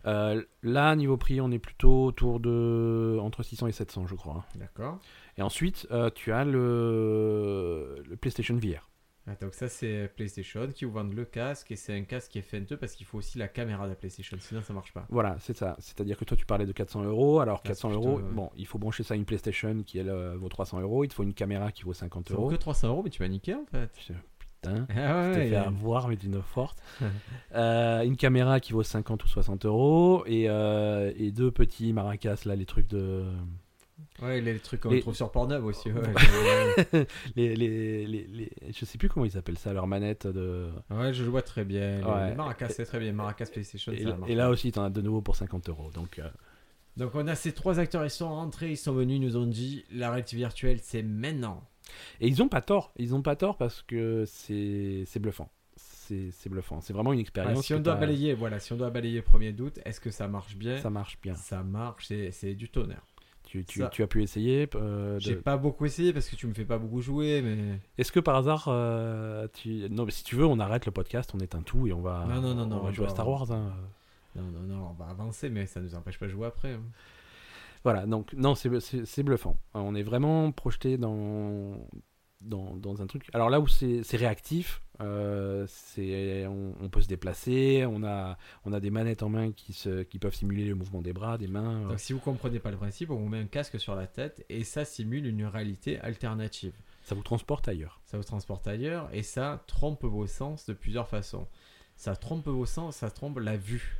Speaker 2: Euh, là, niveau prix, on est plutôt autour de entre 600 et 700, je crois. hein.
Speaker 1: D'accord.
Speaker 2: Et ensuite, euh, tu as le, le PlayStation VR.
Speaker 1: Ah, Donc ça, c'est PlayStation qui vous vendent le casque et c'est un casque qui est fait 2 parce qu'il faut aussi la caméra de la PlayStation, sinon ça marche pas.
Speaker 2: Voilà, c'est ça. C'est-à-dire que toi, tu parlais de 400 euros. Alors,
Speaker 1: c'est
Speaker 2: 400
Speaker 1: plutôt,
Speaker 2: euros,
Speaker 1: Ah, ouais.
Speaker 2: bon, il faut brancher ça à une PlayStation qui, elle, euh, vaut 300 euros. Il te faut une caméra qui vaut 50
Speaker 1: Ça vaut
Speaker 2: euros.
Speaker 1: que 300 euros, mais tu m'as niqué en fait.
Speaker 2: Je- Putain.
Speaker 1: Ah
Speaker 2: Je t'ai
Speaker 1: ouais,
Speaker 2: fait
Speaker 1: euh,
Speaker 2: avoir, mais
Speaker 1: (laughs)
Speaker 2: d'une forte. Euh, une caméra qui vaut 50 ou 60 euros. Et, euh, et deux petits maracas, là, les trucs de.
Speaker 1: ouais, les trucs qu'on
Speaker 2: Les-
Speaker 1: trouve sur Pornhub aussi. Ouais,
Speaker 2: Ouais.
Speaker 1: je...
Speaker 2: Les, les, les, les- Je sais plus comment ils appellent ça, leur manette de.
Speaker 1: (laughs) ouais, je le vois très bien. Le-
Speaker 2: Ouais.
Speaker 1: le Maracas, c'est très bien. Maracas PlayStation,
Speaker 2: Et,
Speaker 1: ça marche.
Speaker 2: et là aussi, t'en as de nouveau pour 50 euros. Donc. euh,
Speaker 1: Donc on a ces trois acteurs, ils sont rentrés, ils sont venus, ils nous ont dit la réalité virtuelle, c'est maintenant.
Speaker 2: Et ils ont pas tort, ils ont pas tort parce que c'est c'est bluffant. C'est c'est bluffant, c'est vraiment une
Speaker 1: Ah,
Speaker 2: expérience.
Speaker 1: si on
Speaker 2: que
Speaker 1: doit
Speaker 2: t'as-
Speaker 1: balayer, voilà, si on doit balayer premier doute, est-ce que ça marche bien
Speaker 2: ça marche bien.
Speaker 1: Ça marche, c'est c'est du tonnerre.
Speaker 2: Tu, tu,
Speaker 1: ça-
Speaker 2: tu as pu essayer. euh, de-
Speaker 1: J'ai pas beaucoup essayé parce que tu me fais pas beaucoup jouer, mais.
Speaker 2: Est-ce que par hasard, euh, tu... non, mais si tu veux, on arrête le podcast, on éteint tout et on va.
Speaker 1: Non, non, non,
Speaker 2: on
Speaker 1: non,
Speaker 2: va
Speaker 1: on
Speaker 2: jouer à
Speaker 1: doit-
Speaker 2: Star Wars. hein.
Speaker 1: Non, non, non, on va avancer, mais ça nous empêche pas de jouer après. hein.
Speaker 2: Voilà, donc non, c'est c'est- c'est bluffant. Alors, on est vraiment projeté dans, dans, dans un truc. Alors là où c'est c'est réactif, euh, c'est on, on peut se déplacer, on a, on a des manettes en main qui, se, qui peuvent simuler le mouvement des bras, des mains. euh,
Speaker 1: Donc si vous comprenez pas le principe, on vous met un casque sur la tête et ça simule une réalité alternative.
Speaker 2: ça vous transporte ailleurs.
Speaker 1: Ça vous transporte ailleurs et ça trompe vos sens de plusieurs façons. Ça trompe vos sens, ça trompe la vue.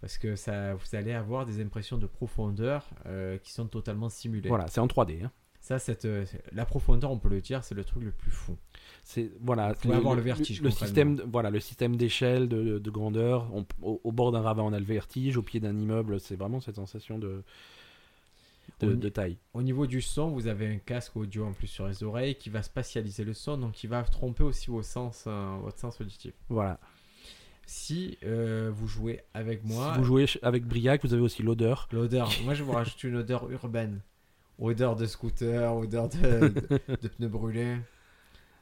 Speaker 1: Parce que ça, vous allez avoir des impressions de profondeur euh, qui sont totalement simulées.
Speaker 2: Voilà, c'est en 3D. hein.
Speaker 1: Ça, cette, euh, la profondeur, on peut le dire, c'est le truc le plus fou.
Speaker 2: C'est voilà,
Speaker 1: pouvez avoir le vertige,
Speaker 2: Le
Speaker 1: concrètement.
Speaker 2: système, de- voilà, le système d'échelle, de, de grandeur. On- au, au bord d'un ravin, on a le vertige. Au pied d'un immeuble, c'est vraiment cette sensation de de,
Speaker 1: On-
Speaker 2: de taille.
Speaker 1: Au niveau du son, vous avez un casque audio en plus sur les oreilles qui va spatialiser le son, donc qui va tromper aussi vos sens, euh, votre sens auditif.
Speaker 2: Voilà.
Speaker 1: Si euh, vous jouez avec moi,
Speaker 2: si vous jouez ch- avec Briac, vous avez aussi l'odeur.
Speaker 1: l'odeur, moi je vous rajoute une odeur urbaine. Odeur de scooter, odeur de, de- de pneus brûlés.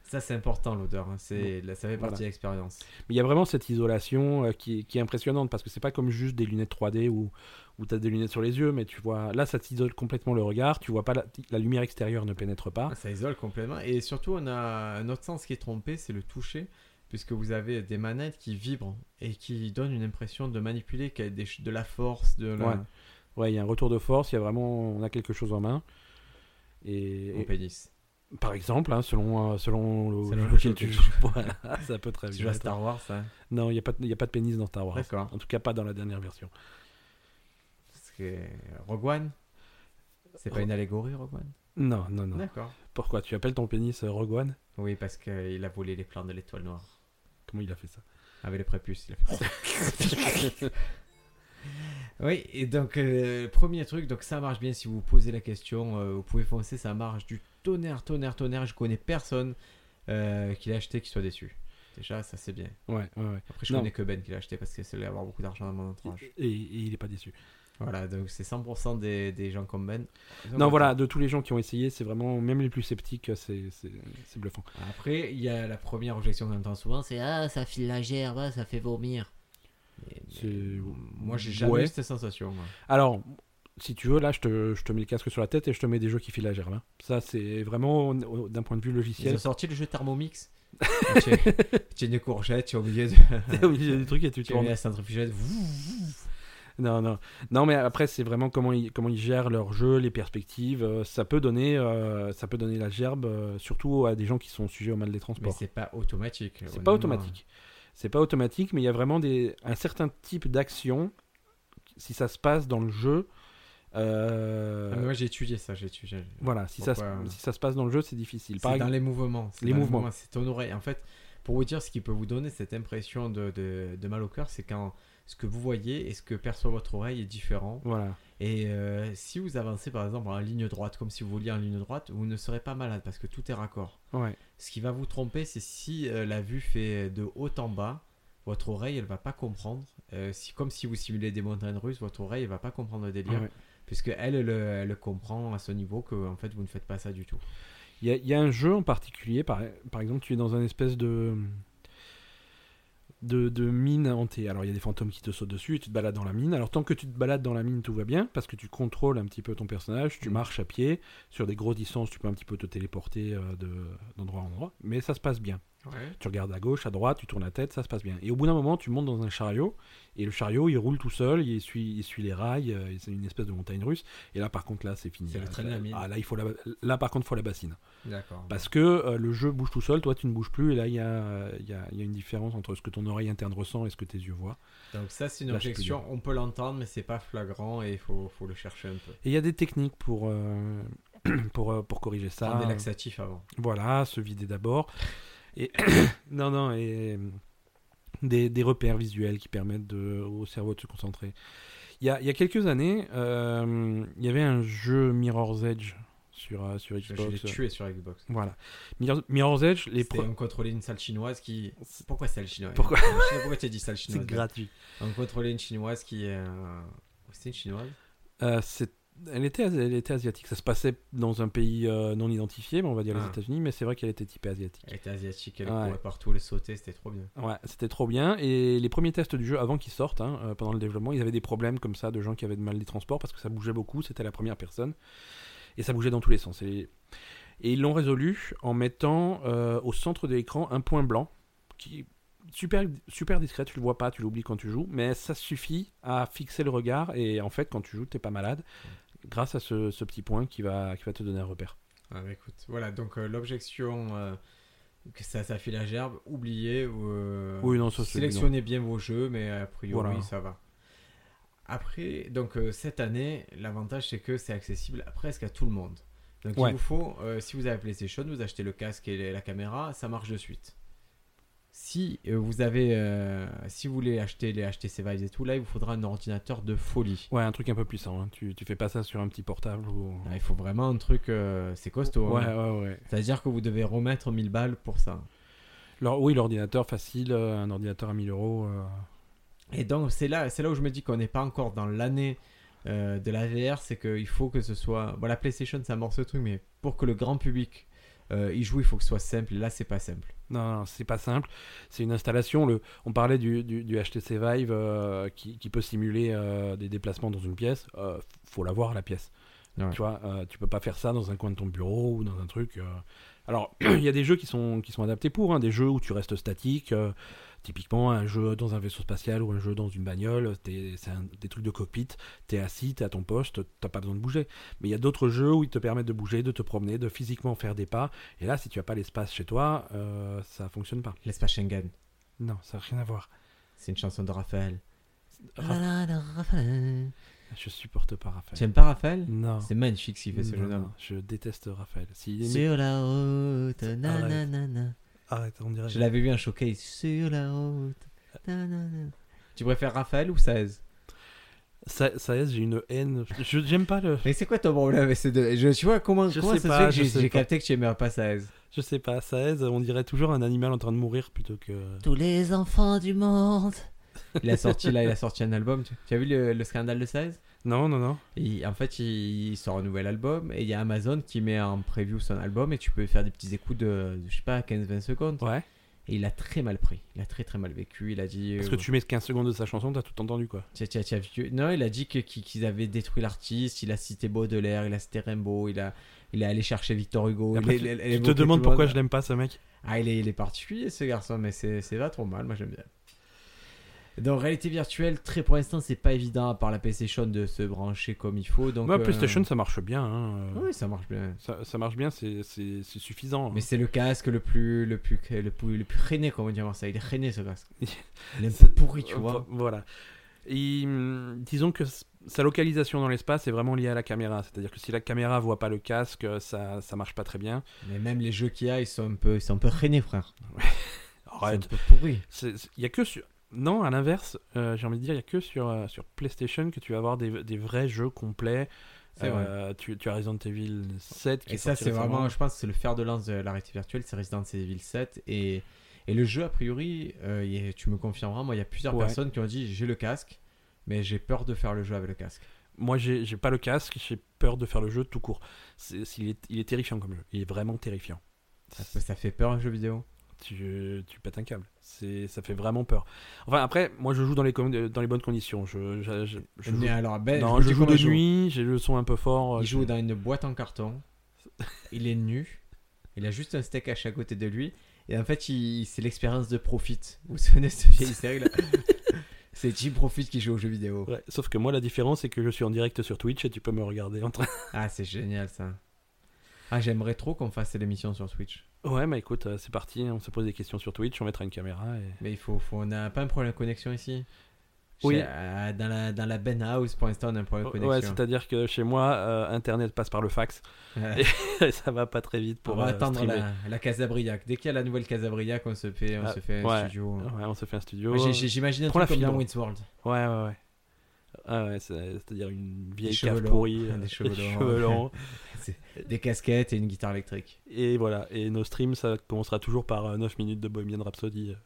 Speaker 1: Ça c'est important l'odeur, hein. c'est là, ça fait partie
Speaker 2: Voilà.
Speaker 1: de l'expérience.
Speaker 2: Mais il y a vraiment cette isolation euh, qui, qui est impressionnante parce que c'est pas comme juste des lunettes 3D où, où tu as des lunettes sur les yeux, mais tu vois là, ça t'isole complètement le regard. Tu vois pas la, la lumière extérieure ne pénètre pas.
Speaker 1: Ça isole complètement. Et surtout, on a un autre sens qui est trompé, c'est le toucher, puisque vous avez des manettes qui vibrent et qui donnent une impression de manipuler, qui a des ch- de la force, de la...
Speaker 2: Ouais. Ouais, il y a un retour de force. Il y a vraiment, on a quelque chose en main. Et,
Speaker 1: au pénis.
Speaker 2: Par exemple, hein, selon, euh, selon le
Speaker 1: Selon
Speaker 2: jeu
Speaker 1: le
Speaker 2: auquel
Speaker 1: jeu
Speaker 2: tu
Speaker 1: que
Speaker 2: joues. (laughs) Voilà, ça peut très
Speaker 1: Tu
Speaker 2: bien.
Speaker 1: joues à
Speaker 2: être.
Speaker 1: Star Wars, hein
Speaker 2: Non, il n'y a, pas de- il y a pas de pénis dans Star Wars.
Speaker 1: D'accord.
Speaker 2: En tout cas, pas dans la dernière version.
Speaker 1: Parce que Rogue One, c'est pas
Speaker 2: Ro-
Speaker 1: une allégorie, Rogue One
Speaker 2: Non, non, non.
Speaker 1: D'accord.
Speaker 2: Pourquoi Tu appelles ton pénis euh, Rogue One
Speaker 1: Oui, parce qu'il a volé les plans de l'étoile noire.
Speaker 2: Comment il a fait ça
Speaker 1: Avec les prépuces, il a fait
Speaker 2: (laughs)
Speaker 1: ça. Oui, et donc, euh, premier truc, donc ça marche bien si vous vous posez la question, euh, vous pouvez foncer, ça marche du tonnerre, tonnerre, tonnerre. Je connais personne euh, qui l'a acheté qui soit déçu. Déjà, ça c'est bien.
Speaker 2: Ouais, ouais, ouais.
Speaker 1: Après, je
Speaker 2: Non.
Speaker 1: connais que Ben qui l'a acheté parce que c'est lui avoir beaucoup d'argent dans mon entourage.
Speaker 2: Et, et il n'est pas déçu.
Speaker 1: Voilà, donc c'est 100% des, des gens comme Ben.
Speaker 2: non, voilà, de tous les gens qui ont essayé, c'est vraiment, même les plus sceptiques, euh, c'est c'est- c'est bluffant.
Speaker 1: Après, il y a la première objection qu'on entend souvent, c'est Ah, ça file la gerbe, ah, ça fait vomir. Mais- mais
Speaker 2: C'est-
Speaker 1: moi, j'ai jamais
Speaker 2: Ouais.
Speaker 1: eu cette sensation. moi.
Speaker 2: Alors, si tu veux, là, je te, je te mets le casque sur la tête et je te mets des jeux qui filent la gerbe. hein. Ça, c'est vraiment, au- d'un point de vue
Speaker 1: Ils
Speaker 2: logiciel,
Speaker 1: ont sorti le jeu
Speaker 2: (laughs)
Speaker 1: Thermomix. tu as une courgette, tu es obligé de.
Speaker 2: t'es obligé de des trucs et (laughs) tu
Speaker 1: tu as
Speaker 2: tournes.
Speaker 1: la centrifugette.
Speaker 2: Non, non. Non, mais après, c'est vraiment comment ils, comment ils gèrent leur jeu, les perspectives. Euh, ça, peut donner, euh, ça peut donner la gerbe, euh, surtout à des gens qui sont sujets au mal des
Speaker 1: Mais
Speaker 2: transports.
Speaker 1: c'est pas automatique.
Speaker 2: C'est
Speaker 1: honnêtement.
Speaker 2: pas automatique. C'est pas automatique, mais il y a vraiment des, un certain type d'action, si ça se passe dans le jeu. euh,
Speaker 1: Ah, mais moi, j'ai étudié ça, j'ai étudié.
Speaker 2: voilà, si ça, se-
Speaker 1: Pourquoi euh,
Speaker 2: si ça se passe dans le jeu, c'est difficile. Par
Speaker 1: C'est dans
Speaker 2: ex-
Speaker 1: les mouvements. c'est
Speaker 2: Les
Speaker 1: dans
Speaker 2: mouvements.
Speaker 1: C'est ton oreille. En fait, pour vous dire ce qui peut vous donner cette impression de, de- de mal au cœur, c'est quand ce que vous voyez et ce que perçoit votre oreille est différent.
Speaker 2: Voilà.
Speaker 1: Et euh, si vous avancez par exemple en ligne droite, comme si vous vouliez en ligne droite, vous ne serez pas malade parce que tout est raccord.
Speaker 2: Ouais.
Speaker 1: Ce qui va vous tromper, c'est si euh, la vue fait de haut en bas, votre oreille elle va pas comprendre. Euh, si, comme si vous simulez des montagnes russes, votre oreille elle va pas comprendre le délire,
Speaker 2: Ah Ouais.
Speaker 1: puisque elle, elle, elle le comprend à ce niveau que en fait vous ne faites pas ça du tout.
Speaker 2: Il y, a- il y a un jeu en particulier, par, par exemple, tu es dans un espèce de, de, de mine hantée. Alors, il y a des fantômes qui te sautent dessus et tu te balades dans la mine. Alors, tant que tu te balades dans la mine, tout va bien, parce que tu contrôles un petit peu ton personnage,
Speaker 1: Mm.
Speaker 2: tu marches à pied, sur des grosses distances, tu peux un petit peu te téléporter euh, de- d'endroit en endroit, mais ça se passe bien. Tu regardes à gauche, à droite, tu tournes la tête, ça se passe bien. Et au bout d'un moment, tu montes dans un chariot, et le chariot, il roule tout seul, il suit, il suit les rails, euh, et c'est une espèce de montagne russe. Et là, par contre, là, c'est fini.
Speaker 1: C'est le
Speaker 2: Là,
Speaker 1: train de la mine.
Speaker 2: Ah, là, il faut la- là, par contre, il faut la bassine.
Speaker 1: D'accord.
Speaker 2: Parce que euh, le jeu bouge tout seul, toi tu ne bouges plus, et là il y a, euh, il y a- il y a une différence entre ce que ton oreille interne ressent et ce que tes yeux voient.
Speaker 1: Donc ça c'est une
Speaker 2: Là, je peux
Speaker 1: objection, on peut l'entendre mais c'est pas flagrant et il faut, faut le chercher un peu.
Speaker 2: Et il y a des techniques pour, euh, (clears throat) pour, euh, pour corriger ça.
Speaker 1: Prendre des laxatifs avant.
Speaker 2: Voilà, se vider d'abord. Et (clears throat) non, non, et euh, des, des repères visuels qui permettent de- au cerveau de se concentrer. Il y a, il y a quelques années, euh, il y avait un jeu Mirror's Edge sur, euh, sur
Speaker 1: Je, je l'ai
Speaker 2: Xbox.
Speaker 1: tué sur Xbox.
Speaker 2: Voilà. Mirror- Mirror's Edge, les
Speaker 1: Les
Speaker 2: pro-
Speaker 1: on contrôlait une salle chinoise qui. Pourquoi salle chinoise
Speaker 2: Pourquoi
Speaker 1: Je sais pas pourquoi tu as dit salle
Speaker 2: C'est
Speaker 1: chinoise.
Speaker 2: gratuit.
Speaker 1: On contrôlait une chinoise qui. euh, C'était une chinoise
Speaker 2: Euh, c'est- Elle était, as- elle était asiatique. Ça se passait dans un pays euh, non identifié, mais on va dire les
Speaker 1: Ah.
Speaker 2: États-Unis, mais c'est vrai qu'elle était typée asiatique.
Speaker 1: Elle était asiatique, elle
Speaker 2: Ouais.
Speaker 1: courait partout, elle sautait, c'était trop bien.
Speaker 2: Ouais, c'était trop bien. Et les premiers tests du jeu, avant qu'ils sortent, hein, euh, pendant le développement, ils avaient des problèmes comme ça de gens qui avaient de mal des transports parce que ça bougeait beaucoup, c'était la première personne. Et ça bougeait dans tous les sens. Et, et ils l'ont résolu en mettant euh, au centre de l'écran un point blanc qui est super, super discret, tu le vois pas, tu l'oublies quand tu joues, mais ça suffit à fixer le regard. Et en fait, quand tu joues, t'es pas malade grâce à ce, ce petit point qui va, qui va te donner un repère.
Speaker 1: Ah, bah, écoute, voilà, donc euh, l'objection euh, que ça, ça file la gerbe, oubliez. ou, euh,
Speaker 2: Oui, non, ça c'est. évident.
Speaker 1: Sélectionnez bien vos jeux, mais a priori,
Speaker 2: Voilà.
Speaker 1: ça va. Après, donc euh, cette année, l'avantage c'est que c'est accessible à- presque à tout le monde. Donc
Speaker 2: Ouais.
Speaker 1: il vous faut, euh, si vous avez PlayStation, vous achetez le casque et la caméra, ça marche de suite. Si euh, vous avez, euh, si vous voulez acheter les HTC Vive et tout, là il vous faudra un ordinateur de folie.
Speaker 2: Ouais, un truc un peu puissant. hein. Tu, tu fais pas ça sur un petit portable ou.
Speaker 1: Là, il faut vraiment un truc, euh, c'est costaud.
Speaker 2: Ouais,
Speaker 1: hein.
Speaker 2: ouais, ouais.
Speaker 1: C'est-à-dire que vous devez remettre 1000 balles pour ça.
Speaker 2: L'or- oui, l'ordinateur facile, euh, un ordinateur à 1000 euros. euh,
Speaker 1: Et donc, c'est là, c'est là où je me dis qu'on n'est pas encore dans l'année euh, de la VR, c'est qu'il faut que ce soit. Bon, la PlayStation, ça amorce le truc, mais pour que le grand public euh, y joue, il faut que ce soit simple. Et là, c'est pas simple.
Speaker 2: Non, non, c'est pas simple. C'est une installation. Le, on parlait du, du- du HTC Vive euh, qui, qui peut simuler euh, des déplacements dans une pièce. Euh, faut l'avoir la pièce.
Speaker 1: Ouais.
Speaker 2: Tu vois, euh, tu peux pas faire ça dans un coin de ton bureau ou dans un truc. euh. Alors, (clears throat) il y a des jeux qui sont, qui sont adaptés pour, hein, des jeux où tu restes statique. euh, typiquement, un jeu dans un vaisseau spatial ou un jeu dans une bagnole, t'es- c'est un- des trucs de cockpit. T'es assis, t'es à ton poste, t'as pas besoin de bouger. Mais il y a d'autres jeux où ils te permettent de bouger, de te promener, de physiquement faire des pas. Et là, si tu as pas l'espace chez toi, euh, ça fonctionne pas.
Speaker 1: L'espace Schengen,
Speaker 2: Non, ça n'a rien à voir.
Speaker 1: c'est une chanson de Raphaël.
Speaker 2: Raph-
Speaker 1: Raphaël.
Speaker 2: Je supporte pas Raphaël.
Speaker 1: Tu aimes pas Raphaël
Speaker 2: Non.
Speaker 1: Ah. C'est magnifique s'il fait ce
Speaker 2: Non,
Speaker 1: jeune homme.
Speaker 2: non, Je déteste Raphaël. S'il est-
Speaker 1: Sur la route,
Speaker 2: Arrête.
Speaker 1: nanana.
Speaker 2: Arrête, Ah, on dirait.
Speaker 1: Je l'avais vu un showcase. Sur la route, nanana. Tu préfères Raphaël ou 16
Speaker 2: Ça, ça est, j'ai une haine. Je j'aime pas le.
Speaker 1: Mais c'est quoi ton problème avec ces deux je, Tu vois, comment,
Speaker 2: Je
Speaker 1: comment
Speaker 2: sais
Speaker 1: ça
Speaker 2: pas,
Speaker 1: se fait
Speaker 2: je
Speaker 1: que
Speaker 2: sais
Speaker 1: j'ai- j'ai
Speaker 2: pas.
Speaker 1: capté que tu aimais pas 16
Speaker 2: Je sais pas. Ça est, on dirait toujours un animal en train de mourir plutôt que.
Speaker 3: Tous les enfants du monde.
Speaker 1: Il a sorti là, il a sorti un album. Tu, tu as vu le, le scandale de 16
Speaker 2: Non, non, non.
Speaker 1: Il- En fait, il, il sort un nouvel album et il y a Amazon qui met en preview son album et tu peux faire des petits écoutes de, de, je sais pas 15-20 secondes.
Speaker 2: Ouais.
Speaker 1: Et il a très mal pris, il a très très mal vécu. Il a dit.
Speaker 2: Parce
Speaker 1: euh,
Speaker 2: que tu mets 15 secondes de sa chanson, t'as tout entendu quoi.
Speaker 1: tiens, tiens, tiens, vieux. Non, il a dit que- qu'ils qu'ils avaient détruit l'artiste. Il a cité Baudelaire, il a cité Rimbaud, il a il est allé chercher Victor Hugo.
Speaker 2: Et après,
Speaker 1: il,
Speaker 2: tu-
Speaker 1: il- il
Speaker 2: tu
Speaker 1: évoquait
Speaker 2: te
Speaker 1: tout le
Speaker 2: demandes pourquoi
Speaker 1: monde.
Speaker 2: je l'aime pas, ce mec.
Speaker 1: Ah, il est, il est particulier ce garçon, mais c'est c'est pas trop mal, moi j'aime bien. Dans réalité virtuelle, très pour l'instant, c'est pas évident par la PlayStation de se brancher comme il faut. Donc,
Speaker 2: Moi,
Speaker 1: euh,
Speaker 2: PlayStation, ça marche bien. hein, euh,
Speaker 1: Oui, ça marche bien.
Speaker 2: Ça, ça marche bien, c'est c'est- c'est suffisant.
Speaker 1: Mais
Speaker 2: hein.
Speaker 1: c'est le casque le plus le plus le plus, le plus rené, comme on dit en Marseille. Il est rené ce
Speaker 2: (laughs)
Speaker 1: casque. Il est un peu
Speaker 2: C'est-
Speaker 1: pourri, tu
Speaker 2: Euh,
Speaker 1: vois.
Speaker 2: Voilà. Et, hum, disons que s- sa localisation dans l'espace est vraiment liée à la caméra. C'est-à-dire que si la caméra voit pas le casque, euh, ça, ça marche pas très bien.
Speaker 1: Mais même les jeux qu'il y a, ils sont un peu ils sont un peu rené, frère.
Speaker 2: Arrête.
Speaker 1: Ils sont un peu pourris.
Speaker 2: C'est- c'est- Il y a que sur. Non, à l'inverse, euh, j'ai envie de dire, il y a que sur, euh, sur PlayStation que tu vas avoir des, des vrais jeux complets.
Speaker 1: C'est vrai.
Speaker 2: Euh, tu, tu as Resident Evil 7 qui
Speaker 1: Et
Speaker 2: est
Speaker 1: ça,
Speaker 2: sorti
Speaker 1: c'est
Speaker 2: récemment.
Speaker 1: vraiment, je pense, c'est le fer de lance de la réalité virtuelle, c'est Resident Evil 7. Et, et le jeu, a priori, euh, il y a- tu me confirmeras, moi, il y a plusieurs
Speaker 2: Ouais.
Speaker 1: personnes qui ont dit j'ai le casque, mais j'ai peur de faire le jeu avec le casque.
Speaker 2: Moi, j'ai j'ai pas le casque, j'ai peur de faire le jeu tout court. C'est- c'est- il, est, il est terrifiant comme jeu. Il est vraiment terrifiant.
Speaker 1: Ça, peut- ça fait peur un jeu vidéo.
Speaker 2: tu, tu pètes un câble. C'est, ça fait vraiment peur. Enfin, après, moi, je joue dans les, com- dans les bonnes conditions. Je, je, je- je joue,
Speaker 1: mais alors, ben,
Speaker 2: non,
Speaker 1: vous
Speaker 2: je
Speaker 1: dis
Speaker 2: joue
Speaker 1: comment
Speaker 2: de
Speaker 1: il joue.
Speaker 2: nuit, j'ai le son un peu fort. euh,
Speaker 1: Il
Speaker 2: je-
Speaker 1: joue dans une boîte en (laughs) carton, il est nu, il a juste un steak à chaque côté de lui, et en fait, il, c'est l'expérience de Profit. Vous vous souvenez de cette (laughs) vieille série là C'est Jim Profit qui joue aux jeux vidéo.
Speaker 2: Ouais, sauf que moi, la différence, c'est que je suis en direct sur Twitch et tu peux me regarder en train. (laughs)
Speaker 1: Ah, c'est génial ça. Ah, j'aimerais trop qu'on fasse l'émission sur Switch.
Speaker 2: Ouais, mais écoute, euh, c'est parti. On se pose des questions sur Twitch, on mettra une caméra. Et...
Speaker 1: Mais il faut, faut- on n'a pas un problème de connexion ici.
Speaker 2: Oui.
Speaker 1: Chez- euh, dans la dans la Ben House pour l'instant on a un problème de connexion.
Speaker 2: Ouais, c'est-à-dire que chez moi, euh, Internet passe par le fax. (laughs)
Speaker 1: Ouais.
Speaker 2: et ça va pas très vite
Speaker 1: on
Speaker 2: pour
Speaker 1: Euh, va
Speaker 2: euh,
Speaker 1: attendre
Speaker 2: streamer.
Speaker 1: la, la Casabriac. Dès qu'il y a la nouvelle Casabriac, on se fait, on
Speaker 2: Ah,
Speaker 1: se fait
Speaker 2: ouais.
Speaker 1: un studio.
Speaker 2: Ouais, on se fait un studio.
Speaker 1: Moi, j'ai- j'ai- J'imagine un
Speaker 2: Prends
Speaker 1: truc
Speaker 2: la
Speaker 1: comme dans
Speaker 2: fibre.
Speaker 1: Winsworld.
Speaker 2: Ouais, ouais, ouais. Ah ouais, c'est- c'est-à-dire une vieille
Speaker 1: cheveux
Speaker 2: cave
Speaker 1: longs.
Speaker 2: pourrie,
Speaker 1: (laughs)
Speaker 2: euh,
Speaker 1: Des cheveux
Speaker 2: des
Speaker 1: longs.
Speaker 2: cheveux longs.
Speaker 1: Des casquettes et une guitare électrique.
Speaker 2: Et voilà, et nos streams, ça commencera toujours par euh, 9 minutes de Bohemian Rhapsody.
Speaker 1: C'est-